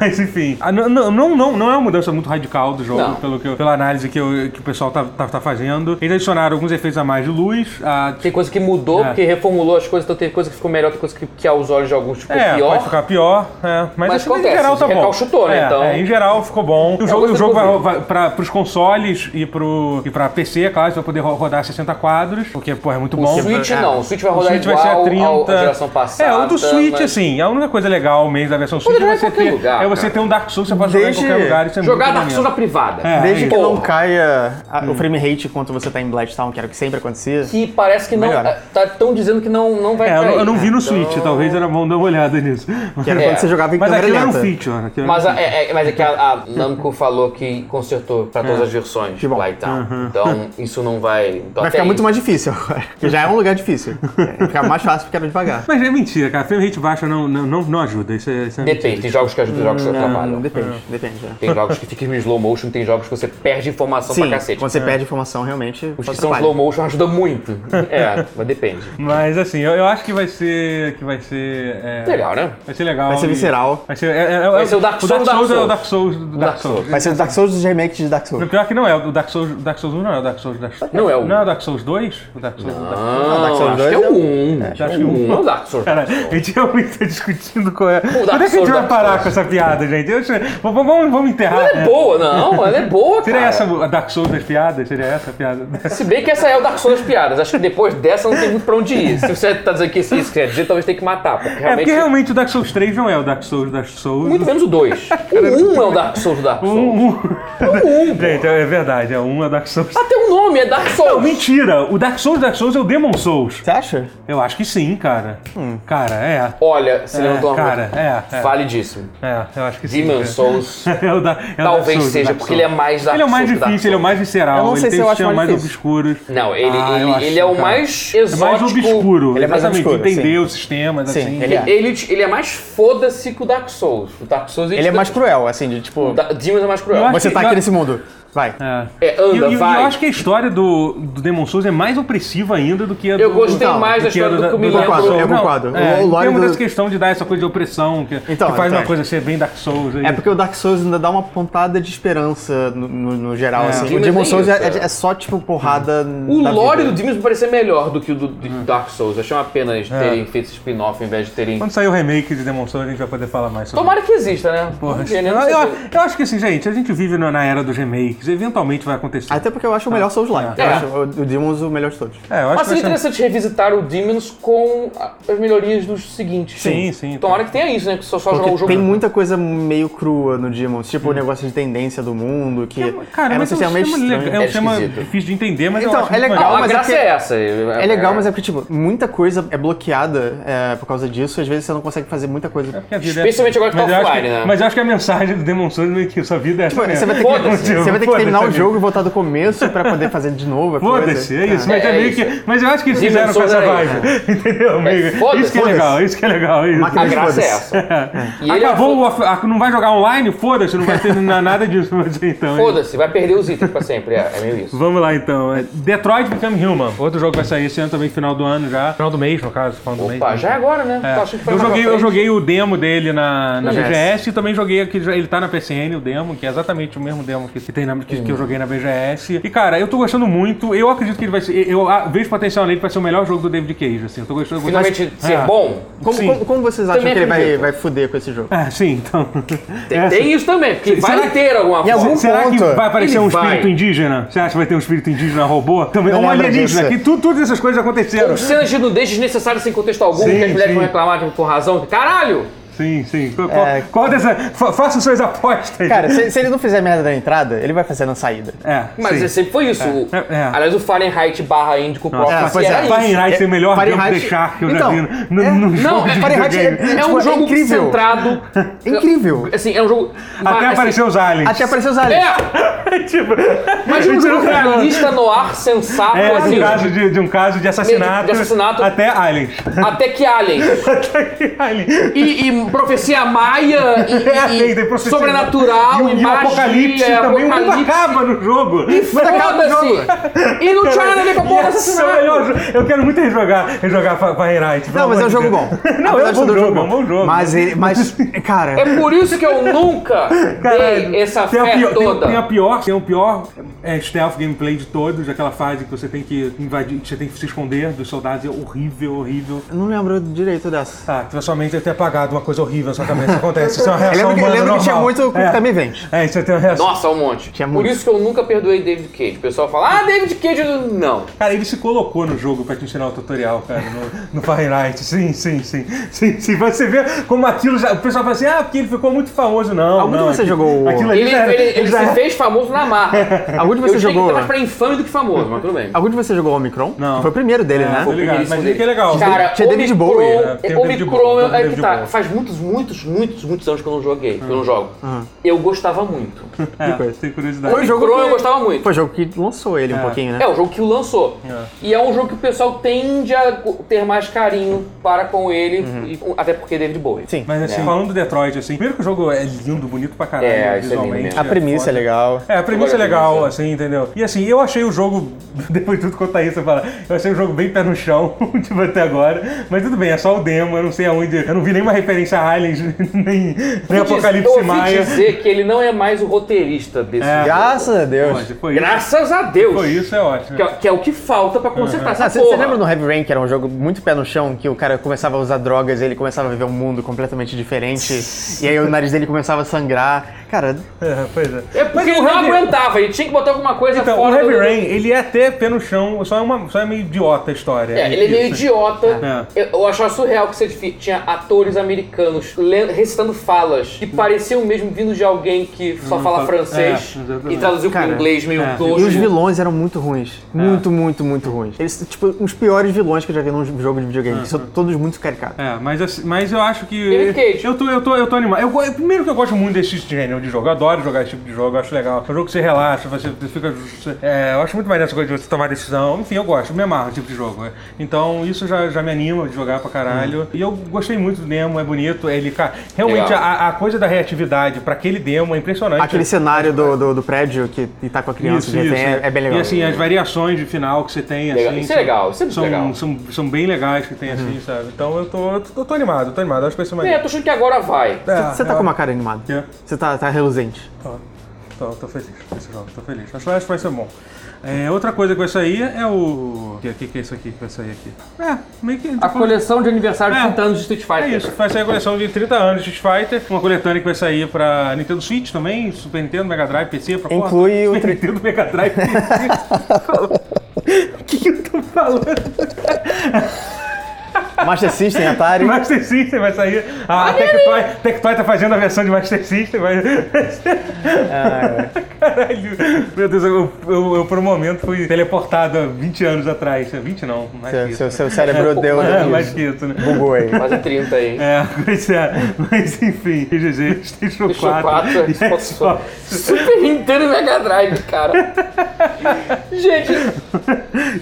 S2: Mas enfim. Ah, não, não, não, não, não é uma mudança muito radical do jogo,
S3: Não.
S2: pelo que eu- pela análise que, eu- que o pessoal tá, tá, tá fazendo. Eles adicionaram alguns efeitos a mais de luz. A,
S3: Tem coisa que mudou,
S2: É.
S3: porque reformulou as coisas, então tem coisa que ficou melhor, tem coisa que, que aos olhos de alguns ficou
S2: é,
S3: pior.
S2: pode ficar pior. é, mas,
S3: Mas
S2: assim, mas
S3: acontece,
S2: em geral tá bom.
S3: recalchutou, né,
S2: É,
S3: então-
S2: é, em geral ficou bom. E O jogo,
S3: gostei
S2: o jogo
S3: do
S2: vai,
S3: jogo.
S2: vai pra, pros consoles e, pro, e pra PC, claro, você vai poder ro- rodar 60 quadros, porque, pô, é muito
S3: O
S2: bom.
S3: Switch
S1: é.
S3: não, o Switch vai
S2: O
S3: rodar
S2: Switch vai
S3: igual
S2: ser a
S3: ao- à
S2: 30.
S3: geração passada.
S2: é, o do Switch,
S3: mas-
S2: assim, a única coisa legal mesmo da versão Switch é
S3: jogar em
S2: você,
S3: qualquer
S2: ter,
S3: lugar,
S2: é você
S3: cara.
S2: ter um Dark Souls, você pode jogar em
S1: Desde-
S2: qualquer lugar. Isso é
S3: Jogar
S2: muito
S3: Dark Souls na
S2: maneiro.
S3: privada.
S2: É.
S1: Desde que não
S3: Porra.
S1: caia a- o frame rate enquanto você tá em Bladstown, que era o que sempre acontecia.
S3: Que parece que não.
S1: Melhora.
S3: Tá, tão dizendo que não, não vai
S2: É, eu,
S3: pra
S2: não- eu
S3: aí.
S2: não vi no
S3: Então-
S2: Switch, talvez era bom dar uma olhada nisso.
S1: Que era
S3: É.
S1: quando você jogava em
S2: Mas
S1: câmera
S2: aquilo era um
S1: lenta.
S2: feature. aquilo era
S3: Mas,
S2: um
S3: a- é, é- mas é que a, a Namco falou que consertou pra
S2: É.
S3: todas as versões
S1: Que bom.
S3: lá e tal.
S2: Uhum.
S3: Então isso não vai. então
S1: Vai
S3: até
S1: ficar muito
S3: aí.
S1: mais difícil agora. Porque já é um lugar difícil. É, fica mais fácil porque era devagar.
S2: Mas é mentira, cara. Frame rate baixa não, não, não, não ajuda. Isso é, isso é
S3: Depende, tem jogos que ajudam, jogos que atrapalham.
S1: depende, depende. é.
S3: Tem jogos que ficam em slow motion, tem jogos que você perde informação
S1: Sim,
S3: pra cacete.
S1: quando você perde informação, realmente.
S3: Os
S1: só
S3: que são
S1: atrapalha.
S3: um slow motion ajudam muito. É, mas depende.
S2: Mas assim, eu, eu acho que vai ser. Que vai ser. é,
S3: Legal, né?
S2: Vai ser legal.
S1: Vai ser
S2: e-
S1: visceral.
S2: Vai ser, é- é-
S3: Vai ser o Dark Souls do Dark
S2: é o
S3: Souls.
S2: Dark Souls do Dark
S3: Dark
S2: Souls.
S3: Souls.
S1: Vai ser o Dark Souls dos remakes de Dark
S2: Não,
S1: Souls.
S2: Pior que não é, o Dark Souls, Dark Souls 1 não é o Dark Souls Dark Souls.
S3: Não é o um.
S2: Não é o Dark Souls 2? O Dark Souls do Dark Souls.
S1: Dark Souls
S3: acho que é
S1: 2 é
S3: o 1.
S2: acho
S3: Acho
S2: que
S3: que
S2: é o um.
S3: o 1 é o Dark Souls.
S2: Cara, a gente realmente tá discutindo qual é. Quando é
S3: Dark
S2: que a gente
S3: Souls,
S2: vai
S3: Dark
S2: parar
S3: Souls.
S2: com essa piada, gente? Eu, sei- v- v- vamos, vamos enterrar.
S3: Ela é
S2: né?
S3: boa, não, ela é boa,
S2: Seria
S3: cara.
S2: essa a Dark Souls das piadas? Seria essa a piada?
S3: Se bem que essa é o Dark Souls das piadas. Acho que depois dessa não tem muito pra onde ir. Se você tá dizendo que isso, isso quer dizer, talvez tenha que matar. Porque
S2: É porque
S3: realmente.
S2: realmente o Dark Souls 3 não é o Dark Souls Dark Souls.
S3: muito É menos o 2. O 1 é o Dark Souls do Dark Souls.
S2: Um, um.
S3: O 1.
S2: Gente, é verdade, é um é o Dark Souls.
S3: Até o nome é Dark
S2: Não,
S3: Souls.
S2: mentira! O Dark Souls Dark Souls é o Demon Souls.
S1: Você acha?
S2: Eu acho que sim, cara.
S3: Hum.
S2: Cara, é.
S3: Olha, se
S2: É,
S3: levantou uma
S2: cara,
S3: mão.
S2: é, é.
S3: Validíssimo.
S2: É, eu acho que sim.
S3: Demon
S2: cara.
S3: Souls.
S2: É o da, é o Dark
S3: Talvez
S2: Souls, o
S3: seja,
S2: Dark
S3: porque ele é
S2: Souls.
S3: mais Dark
S2: Ele é o mais
S3: Souls, Dark
S2: difícil, ele é o mais visceral,
S1: Eu não sei
S2: ele
S1: se
S2: tem
S1: eu
S2: os
S1: acho
S2: sistemas
S1: mais
S2: mais
S1: difícil.
S2: obscuros.
S3: Não, ele,
S2: Ah, eu
S3: ele,
S2: acho,
S3: ele é o
S2: cara.
S3: mais
S2: É
S3: Hum. exótico.
S2: mais obscuro,
S1: Ele é mais
S2: exatamente,
S1: obscuro,
S2: entender os sistemas,
S1: Sim,
S2: assim.
S1: ele é.
S3: Ele, ele é mais foda-se que o Dark Souls. O Dark Souls
S1: Ele é mais cruel, assim, de tipo.
S3: O da- Demons é mais cruel.
S2: Eu acho
S1: Você tá ataque nesse mundo. Vai.
S2: É.
S3: É, anda,
S2: e, eu- e
S3: vai.
S2: eu acho que a história do, do Demon Souls é mais opressiva ainda do que a do...
S3: Eu gostei
S1: Então,
S3: mais da
S2: é do que a
S3: história do que eu me
S1: do- do-
S3: lembro.
S1: do- do-
S2: Souls.
S1: eu
S2: Não,
S1: concordo.
S2: É,
S1: O- o
S2: tem
S1: lore
S2: uma
S1: do-
S2: dessa questão de dar essa coisa de opressão, que,
S1: Então,
S2: que faz
S1: então.
S2: uma coisa ser bem Dark Souls. aí.
S1: É porque o Dark Souls ainda dá uma pontada de esperança no, no- no geral,
S2: É.
S1: assim. O
S3: Demon
S1: Demon
S3: é
S1: Souls
S3: isso,
S1: é,
S3: é.
S1: é só, tipo, porrada
S3: O
S1: da
S3: lore
S1: vida.
S3: do Demons me parecia melhor do que o do, do
S2: Hum.
S3: Dark Souls. Achei uma pena de terem feito esse spin-off em vez de terem.
S2: É. Quando sair o remake de Demon Souls, a gente vai poder falar mais sobre
S3: Tomara que exista, né?
S2: Porra,
S3: Porque, né,
S2: eu,
S3: não sei
S2: eu-
S3: se-
S2: eu acho que assim, gente, a gente vive na na era dos remakes, eventualmente vai acontecer.
S1: Até porque eu acho o melhor Souls-like.
S3: É.
S1: Eu acho o- o Demons o melhor de todos.
S2: É, eu acho
S3: Mas seria
S2: que vai ser-
S3: interessante revisitar o Demons com a- as melhorias dos seguintes.
S2: Sim, sim. tá.
S3: Tomara que tenha isso, né? Que só, só jogar o
S1: Porque
S3: jogo. Hum.
S1: tem muita coisa meio crua no Demons, tipo o negócio de tendência do mundo, que
S2: Cara,
S1: é
S2: mas
S1: um
S2: é um tema,
S1: sistema meio estranho.
S2: legal- é um
S3: É
S2: tema
S3: esquisito.
S2: difícil de entender, mas eu
S1: Então,
S2: acho
S1: é
S2: muito
S1: legal,
S3: Não,
S2: maneiro.
S3: a
S1: mas é
S3: graça
S1: que-
S3: é, essa.
S1: É legal, mas é porque, tipo, muita coisa é bloqueada é, por causa disso, às vezes você não consegue fazer muita coisa.
S2: Porque a vida é-
S3: Especialmente agora que
S2: mas
S3: tá
S2: eu acho
S3: offline, né?
S2: Mas eu acho que a mensagem do Demon Souls é meio que sua vida é essa
S1: Tipo,
S2: mesmo.
S1: você vai ter
S3: Foda-se.
S1: que, você vai ter que
S2: Foda-se,
S1: terminar o
S2: amigo.
S1: jogo e voltar do começo pra poder fazer de novo a coisa.
S2: Foda-se, é isso. Mas
S3: É,
S2: é,
S3: é
S2: meio
S3: isso.
S2: que. Mas eu acho que eles
S3: Demon
S2: fizeram com
S3: Souls
S2: essa
S3: era
S2: vibe. Entendeu? Meio...
S3: foda-se.
S2: Isso que é legal, isso que é legal. Isso.
S1: Máquina
S3: A
S1: de
S3: graça é
S1: foda-se.
S3: essa. E ele
S2: Acabou
S3: é
S2: o off- ah, Não vai jogar online? Foda-se, não vai ter na- nada disso pra você então. hein?
S3: Foda-se, vai perder os itens pra sempre. É, é meio isso.
S2: Vamos lá então. É Detroit Become Human. Outro jogo que vai sair esse ano também, final do ano já. Final do mês, no caso. Final do mês.
S3: Opa, já é agora, né? Tá achando que foi
S2: Eu
S3: mais pra
S2: joguei, eu
S3: frente.
S2: joguei o demo dele na, na
S1: Yes.
S2: BGS e também joguei aqui. Ele tá na PCN, o demo, que é exatamente o mesmo demo que, tem na- que, que eu joguei na BGS. E cara, eu tô gostando muito. Eu acredito que ele vai ser. Eu ah, vejo potencial nele pra ser o melhor jogo do David Cage, assim. Eu tô gostando muito.
S3: Finalmente ser
S2: É.
S3: bom.
S1: Como,
S2: Sim.
S1: como, como vocês acham
S3: Também
S1: que ele vai,
S3: acredito.
S1: vai fuder com esse jogo?
S2: Ah, sim, então.
S3: Tem,
S2: É.
S3: tem isso também, porque vai
S2: será que-
S3: ter alguma
S1: Em
S3: forma.
S1: algum-
S2: Será que
S1: ponto.
S2: vai aparecer
S3: Ele
S2: um
S3: vai.
S2: espírito indígena? Você acha que vai ter um espírito indígena robô? Também,
S1: Não
S2: um
S1: lembro
S2: alienígena,
S1: disso.
S2: que tudo, todas essas coisas aconteceram.
S3: Com cenas de nudez desnecessárias sem contexto algum,
S2: Sim,
S3: que as mulheres
S2: sim.
S3: vão reclamar tipo, com razão. Caralho!
S2: Sim, sim. Qual,
S1: É.
S2: qual- qual dessa. fa- faça suas apostas.
S1: Cara, se, se ele não fizer merda na entrada, ele vai fazer na saída.
S2: É.
S3: Mas
S2: sim.
S3: sempre foi isso. O-
S2: É, é.
S3: Aliás, o Fahrenheit barra Índico
S1: é,
S3: Prophecy
S1: pois
S3: era
S1: é.
S3: isso.
S2: Fahrenheit é o melhor
S1: Fahrenheit-
S2: jogo de char que eu
S1: Então,
S2: já vi né? no,
S1: é.
S2: no, no
S3: Não,
S2: jogo
S3: é
S2: de
S1: Fahrenheit
S2: videogame.
S1: é-
S3: É
S1: Tipo,
S3: um jogo
S1: incrível.
S3: centrado.
S1: É incrível.
S3: Assim, é um jogo.
S2: Até
S3: assim,
S2: aparecer os aliens.
S1: Até aparecer os aliens.
S3: É!
S2: Tipo,
S3: Imagina um
S2: isso
S3: jogo
S2: não é-
S3: realista no ar, sensato,
S2: É, de
S3: assim.
S2: um caso de, de um caso de assassinato,
S3: De assassinato.
S2: até aliens.
S3: Até que alien.
S2: aliens.
S3: E, e profecia maia,
S2: É,
S3: e, e,
S2: tem- tem processo-
S3: sobrenatural,
S2: e, o-
S3: e,
S2: e o
S3: magia,
S2: apocalipse também, o mundo
S3: apocalipse.
S2: acaba no jogo. E
S3: Foda-se! E não tinha nada a ver com a porra do
S2: é
S3: assassinato.
S2: Eu quero muito rejogar, rejogar Fa- Fahrenheit. pelo
S1: Não, mas é
S2: amor
S1: um
S2: de
S1: jogo bom.
S2: Deus. Não,
S1: Apesar
S2: é um
S1: de
S2: bom
S1: tudo,
S2: jogo, é um bom jogo.
S1: Mas, eh, ele- mas cara,
S3: É por isso que eu nunca
S2: Caralho,
S3: dei essa
S2: tem a
S3: fé
S2: pior- tem-
S3: toda.
S2: Tem, a pior, tem o pior é, stealth gameplay de todos, aquela fase que você tem que invadir, que você tem que se esconder dos soldados, é horrível, horrível.
S1: eu não lembro direito dessa.
S2: Ah, tua sua mente deve ter apagado uma coisa horrível na sua cabeça, acontece, isso é uma reação
S1: lembro que-
S2: humana
S1: lembro que tinha
S2: normal.
S1: muito com
S2: é.
S1: Tammy Vente.
S2: É, isso tem uma reação.
S3: Nossa, um monte.
S1: Tinha
S3: Por
S1: muito.
S3: isso que eu nunca perdoei David Cage. O pessoal fala, ah, David Cage, eu- não.
S2: Cara, ele se colocou no jogo pra te ensinar o tutorial, cara, no, no Fahrenheit. Sim, sim, sim. Sim, sim. Você vê como aquilo já. O pessoal fala assim, ah, porque ele ficou muito famoso. Não,
S1: Algum de
S2: não.
S1: você
S2: aquilo-
S1: jogou o-
S2: Aquilo ali
S3: Ele,
S2: já era-
S3: ele- ele
S2: já
S3: se
S2: era-
S3: fez famoso na marra.
S1: Algum de
S3: eu
S1: você
S3: achei que
S2: né?
S1: jogou?
S3: tá mais pra infame do que famoso, mas tudo bem.
S1: Algum de você jogou Omicron?
S2: Não.
S1: Foi o primeiro dele,
S2: É,
S1: né?
S2: foi o primeiro. Ligado, mas
S3: Ele
S2: ele que é legal.
S3: Cara,
S1: Tinha David
S3: Omicron-
S1: Bowie,
S2: né? Tem o David
S3: Omicron
S2: Bowie, tem o
S3: é que
S2: David
S3: tá.
S2: Bowie.
S3: Faz muitos, muitos, muitos, muitos anos que eu não joguei. Que eu não jogo.
S1: Ah.
S3: Eu gostava muito.
S2: É,
S1: coisa.
S2: tem curiosidade.
S1: Foi o jogo
S3: Omicron eu
S1: que-
S3: gostava muito.
S1: Foi o jogo que lançou ele um pouquinho, né?
S3: É o jogo que o lançou. E é um jogo que o pessoal tende a ter mais carinho para com ele, e- até porque David Bowie.
S1: Uhum. Sim.
S2: Mas assim,
S3: É.
S2: falando do Detroit, assim, primeiro que o jogo é lindo, bonito pra caralho,
S3: É, isso é lindo
S2: visualmente.
S3: mesmo.
S1: A premissa é
S2: foda.
S1: legal.
S2: É, a premissa é
S3: Agora a
S2: legal,
S3: premissa.
S2: assim, entendeu? E assim, eu achei o jogo, depois de tudo quanto a isso, eu falo, eu achei o jogo bem pé no chão, tipo, até agora. Mas tudo bem, é só o demo, eu não sei aonde. Eu não vi nenhuma referência a Aliens, nem, nem
S3: eu
S2: Apocalipse
S3: ouvi
S2: Maia.
S3: dizer que ele não é mais o roteirista desse
S2: É.
S3: jogo.
S1: Graças a Deus.
S2: Pode, Foi isso.
S3: Graças a Deus.
S2: Foi isso, é ótimo.
S3: Que é, que é o que falta pra consertar essa
S1: Ah, você
S3: porra.
S1: lembra do Heavy Rain, que era um jogo muito pé no chão, que o cara começava a usar drogas e ele começava a viver um mundo completamente diferente, e aí o nariz dele começava a sangrar. Cara,
S2: É, pois é.
S3: É porque
S2: Mas
S3: ele
S2: o
S3: não
S2: Heavy-
S3: aguentava, ele tinha que botar alguma coisa
S2: Então, o
S3: fora
S2: Heavy
S3: do...
S2: Rain, ele é até pé no chão, só é, uma, só é meio idiota a história.
S3: É, ele é meio
S2: Isso. É.
S3: idiota. Eu, eu achava surreal que você fi- tinha atores americanos le- recitando falas que pareciam mesmo vindo de alguém que só fala
S2: fala-
S3: francês
S2: é, exatamente.
S3: e traduziu para
S1: Cara,
S3: inglês meio
S2: é.
S1: e
S3: tosco.
S1: os vilões eram muito ruins. Muito, muito, muito ruins. Eles, tipo, uns piores vilões que eu já vi num jogo de videogame, que
S2: Uhum.
S1: são todos muito caricatos.
S2: É, mas, assim- mas eu acho que.
S3: David Cage.
S2: Eu tô, eu tô, eu tô animado. Eu, go- primeiro que eu gosto muito desse gênero. opinião de jogo. Eu adoro jogar esse tipo de jogo, eu acho legal. É um jogo que você relaxa, você fica. você- é, eu acho muito maneiro essa coisa de você tomar decisão. Enfim, eu gosto, me amarro esse tipo de jogo. né? Então isso já, já me anima de jogar pra caralho.
S1: Hum.
S2: E eu gostei muito do demo, é bonito. Ele, cara, realmente
S3: Legal.
S2: a, a coisa da reatividade pra aquele demo é impressionante.
S1: Aquele cenário do, do, do prédio que que tá com a criança que tem, É, é bem legal.
S2: E assim, as variações de final que você tem,
S3: Legal.
S2: assim.
S3: Isso é
S2: são-
S3: legal, isso é muito
S2: são,
S3: legal.
S2: São, são bem legais que tem,
S1: Uhum.
S2: assim, sabe? Então eu tô, eu tô, eu tô animado, eu tô animado. Acho que vai ser
S3: É, eu
S2: maneiro.
S3: tô achando que agora vai.
S2: É,
S1: Você tá
S2: é,
S1: com uma cara animada.
S2: É.
S1: Você tá, tá reluzente.
S2: Tô, tô, tô feliz com esse jogo, tô feliz. Acho, acho que vai ser bom. É, outra coisa que vai sair é o. O que, que, que é isso aqui que vai sair aqui? É, meio que.
S3: A coleção de aniversário de
S2: É.
S3: 30 anos de Street Fighter.
S2: É isso, vai sair a coleção de 30 anos de Street Fighter, uma coletânea que vai sair pra Nintendo Switch também, Super Nintendo, Mega Drive, PC, pra porra.
S1: Inclui o
S2: Super
S1: tri-
S2: Nintendo, Mega Drive, PC. O que, que eu tô falando?
S1: Master System, Atari.
S2: Master System vai sair. A Tectoy, Tectoy tá fazendo a versão de Master System, vai.
S1: Ah, é.
S2: Caralho. Meu Deus, eu, eu, eu por um momento fui teleportado há 20 anos atrás. 20 não, mais que
S1: Seu,
S2: isso.
S1: seu, seu cérebro deu. um
S2: É,
S1: deu-
S2: mais que isso, né?
S1: Bugou aí.
S3: Quase 30 aí.
S2: É, pois é. Mas enfim, GG, Station 4.
S3: Deixou 4,
S2: e
S3: Xbox
S2: Xbox.
S3: Super Nintendo e Mega Drive, cara. Gente,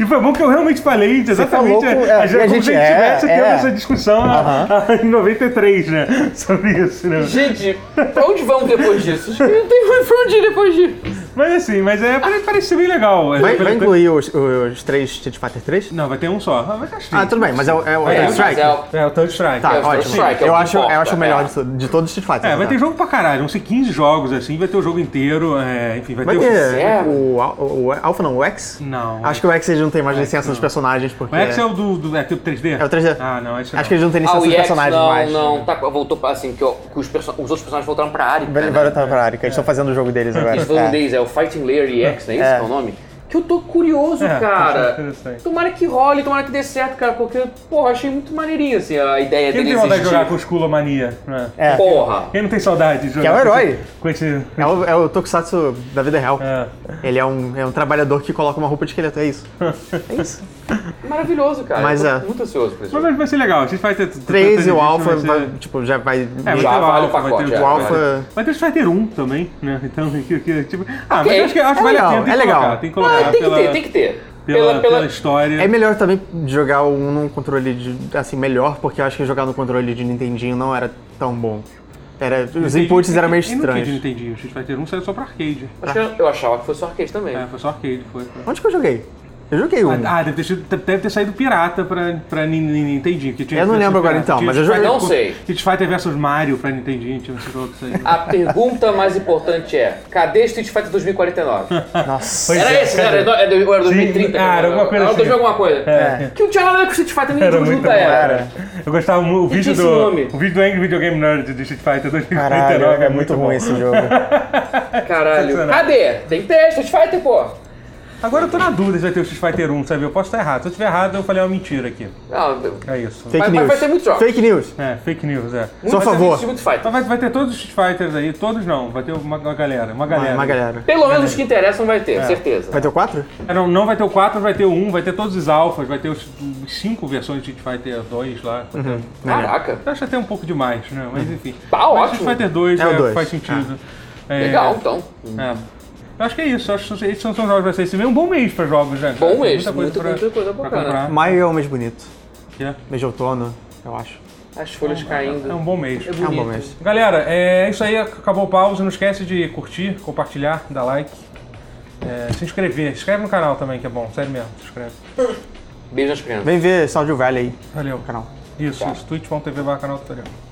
S2: E foi bom que eu realmente falei exatamente
S1: falou com- é,
S2: a, gente,
S1: a
S2: como
S1: gente-
S2: se a gente
S1: é,
S2: tivesse tendo
S1: é.
S2: essa discussão a- a- em 93, né? Sobre isso, né?
S3: gente, pra onde vamos depois disso? Acho que não tem muito pra onde ir depois disso.
S2: Mas assim, mas é, pare- parece ser bem legal.
S1: Vai,
S2: É,
S1: vai
S2: pare-
S1: incluir os, os três Street Fighter 3?
S2: Não, vai ter um só. Ah, vai ter
S1: Ah, tudo bem, mas é o, é o
S3: É,
S1: Third
S3: mas
S1: Strike?
S3: é o-
S2: É, o Third Strike.
S1: Tá,
S3: é o Third
S1: ótimo.
S3: Strike, é o
S1: eu,
S3: que
S1: acho,
S3: importa,
S1: eu acho o melhor
S3: é.
S1: de, to- de todos os Street Fighter.
S2: É, vai
S1: tá?
S2: ter jogo pra caralho, vão ser 15 jogos assim, vai ter o jogo inteiro, é, enfim, vai,
S1: Vai
S2: ter. o-
S1: ter o, Al- o, o Alpha, não, o X?
S2: Não.
S1: Acho que o X eles não tem mais licença dos personagens, porque...
S2: O X é o do, do é, tipo 3D?
S1: É o 3D.
S2: Ah, não, esse
S1: Acho que
S2: não.
S1: eles não têm licença
S3: Ah, o
S1: dos
S3: EX
S1: personagens
S3: não,
S1: mais.
S3: não, tá, voltou pra, assim, que, ó, que os, perso- os outros personagens voltaram pra área.
S1: Vai vai voltar pra área, que eles estão fazendo o jogo deles agora.
S3: Eles falam deles, é o Fighting Layer EX, não é isso
S1: É.
S3: que é o nome? Que eu tô curioso,
S2: É, eu acho
S3: cara.
S2: interessante.
S3: Tomara que role, tomara que dê certo, cara, porque, porra, achei muito maneirinho, assim, a ideia
S2: Quem não tem
S3: deles
S2: vontade de
S3: existir.
S2: jogar com os Kulomania, né?
S1: É. É.
S3: Porra.
S2: Quem não tem saudade de jogar
S1: é o
S2: com
S1: herói.
S2: esse- Com esse.
S1: É o, é o Tokusatsu da vida real.
S2: É.
S1: Ele é um, é um trabalhador que coloca uma roupa de esqueleto, é isso. É isso.
S3: Maravilhoso, cara.
S1: Mas
S3: eu tô
S1: é.
S3: muito ansioso pra isso.
S2: Mas vai- vai ser legal, a gente vai ter.
S1: 3 e o Alpha,
S2: vai ser-
S1: vai- tipo, já vai...
S2: É, vai
S3: Já
S2: ter o
S3: vale o
S2: Alpha, vai
S3: pacote,
S2: ter
S3: já.
S1: o
S2: o
S1: Alpha...
S2: Vai ter o Fighter 1 também, né? Então, que, que, tipo... Ah, mas
S3: Ok.
S2: eu acho que, acho que
S1: É
S2: vale
S1: legal,
S2: a pena, tem
S1: é
S2: que
S1: legal.
S2: colocar, tem que
S3: Ah,
S2: colocar
S3: tem
S2: tipo, pela,
S3: que ter, tem que ter.
S2: pela, pela história.
S1: É melhor também jogar o 1 num controle de, assim, melhor, porque eu acho que jogar no controle de Nintendinho não era tão bom. Era, os inputs eram meio
S2: E no que de
S1: estranhos.
S2: Nintendinho? O Street Fighter 1 saiu só pra arcade.
S3: Acho que eu- Eu achava que fosse só arcade também.
S2: É, foi só arcade, foi. foi.
S1: Onde que eu joguei? Eu joguei um.
S2: Ah, deve ter, sido- deve ter saído pirata pra, pra Nin- Nin- Nintendinho. Que tinha
S1: Eu não
S2: tinha
S1: lembro
S2: sido
S1: agora,
S2: pirata.
S1: então,
S2: Tinha
S1: mas eu
S2: Street
S1: joguei-
S2: Fighter-
S3: Não sei. Ah,
S2: Street Fighter vs Mario pra Nintendinho, tinha esse jogo que saiu.
S3: A pergunta mais importante é: cadê Street Fighter 2049?
S1: Nossa.
S3: Era esse, né? Era, era, do- era 2030.
S2: Sim, era alguma
S3: né?
S2: coisa
S3: Era 2000
S2: assim.
S3: alguma coisa.
S2: É.
S3: Que não tinha nada a ver com Street Fighter, nem jogo junto era.
S2: Eu gostava muito o vídeo
S3: esse
S2: do
S3: nome?
S2: o vídeo do Angry Video Game Nerd de Street Fighter 2039
S1: Caralho, é
S2: né? bom.
S1: muito ruim esse jogo.
S3: Caralho.
S2: Sensacional.
S3: Cadê? Tem que ter Street Fighter, pô.
S2: Agora eu tô na dúvida se vai ter o Street Fighter 1, sabe? Eu posso estar errado. Se eu estiver errado, eu falei uma mentira aqui.
S3: Não,
S2: É isso.
S1: Fake
S3: Mas- mas
S1: news.
S3: vai ter muito jogo.
S1: Fake news.
S2: É, fake news, é.
S1: Só
S3: vai
S1: a
S3: ter
S1: favor.
S3: Street Fighter.
S2: Mas Então vai, vai ter todos os Street Fighters aí, todos não, vai ter uma, uma galera, uma
S1: Uma,
S2: galera.
S1: uma galera.
S3: Pelo menos os que interessam vai ter, certeza.
S1: Vai ter o 4?
S2: É, Não, não vai ter o 4, vai ter o 1, vai ter todos os alfas, vai ter os 5 versões de Street Fighter 2 lá. Vai ter-
S1: Uhum.
S2: né?
S3: Caraca.
S2: Eu acho até um pouco demais, né? Mas enfim.
S3: Tá
S2: Mas
S3: ótimo.
S2: Street Fighter 2
S1: É o
S2: é,
S1: 2.
S2: faz sentido. É,
S3: Legal, então.
S2: É. Eu acho que é isso. Eu Acho que esses são os jogos pra ser esse mês. Um bom mês pra jogos, né?
S3: Bom
S2: Tem
S3: mês,
S2: Muita coisa
S3: muita-
S2: pra,
S3: muita coisa
S2: pra
S3: bacana.
S2: comprar.
S1: Maio é o mês bonito.
S2: que é-
S1: Mês de outono, eu acho.
S3: As folhas
S2: É
S3: caindo.
S2: um bom mês.
S1: É um bom
S3: bonito.
S1: mês.
S2: Galera, é isso aí. Acabou o pause. Não esquece de curtir, compartilhar, dar like. é, se inscrever. Se inscreve no canal também, que é bom. Sério mesmo, se inscreve.
S3: Beijo nas crianças.
S1: Vem ver Saldio Valley aí
S2: Valeu.
S1: no canal.
S2: Isso, isso. twitch.tv barra canal tutorial.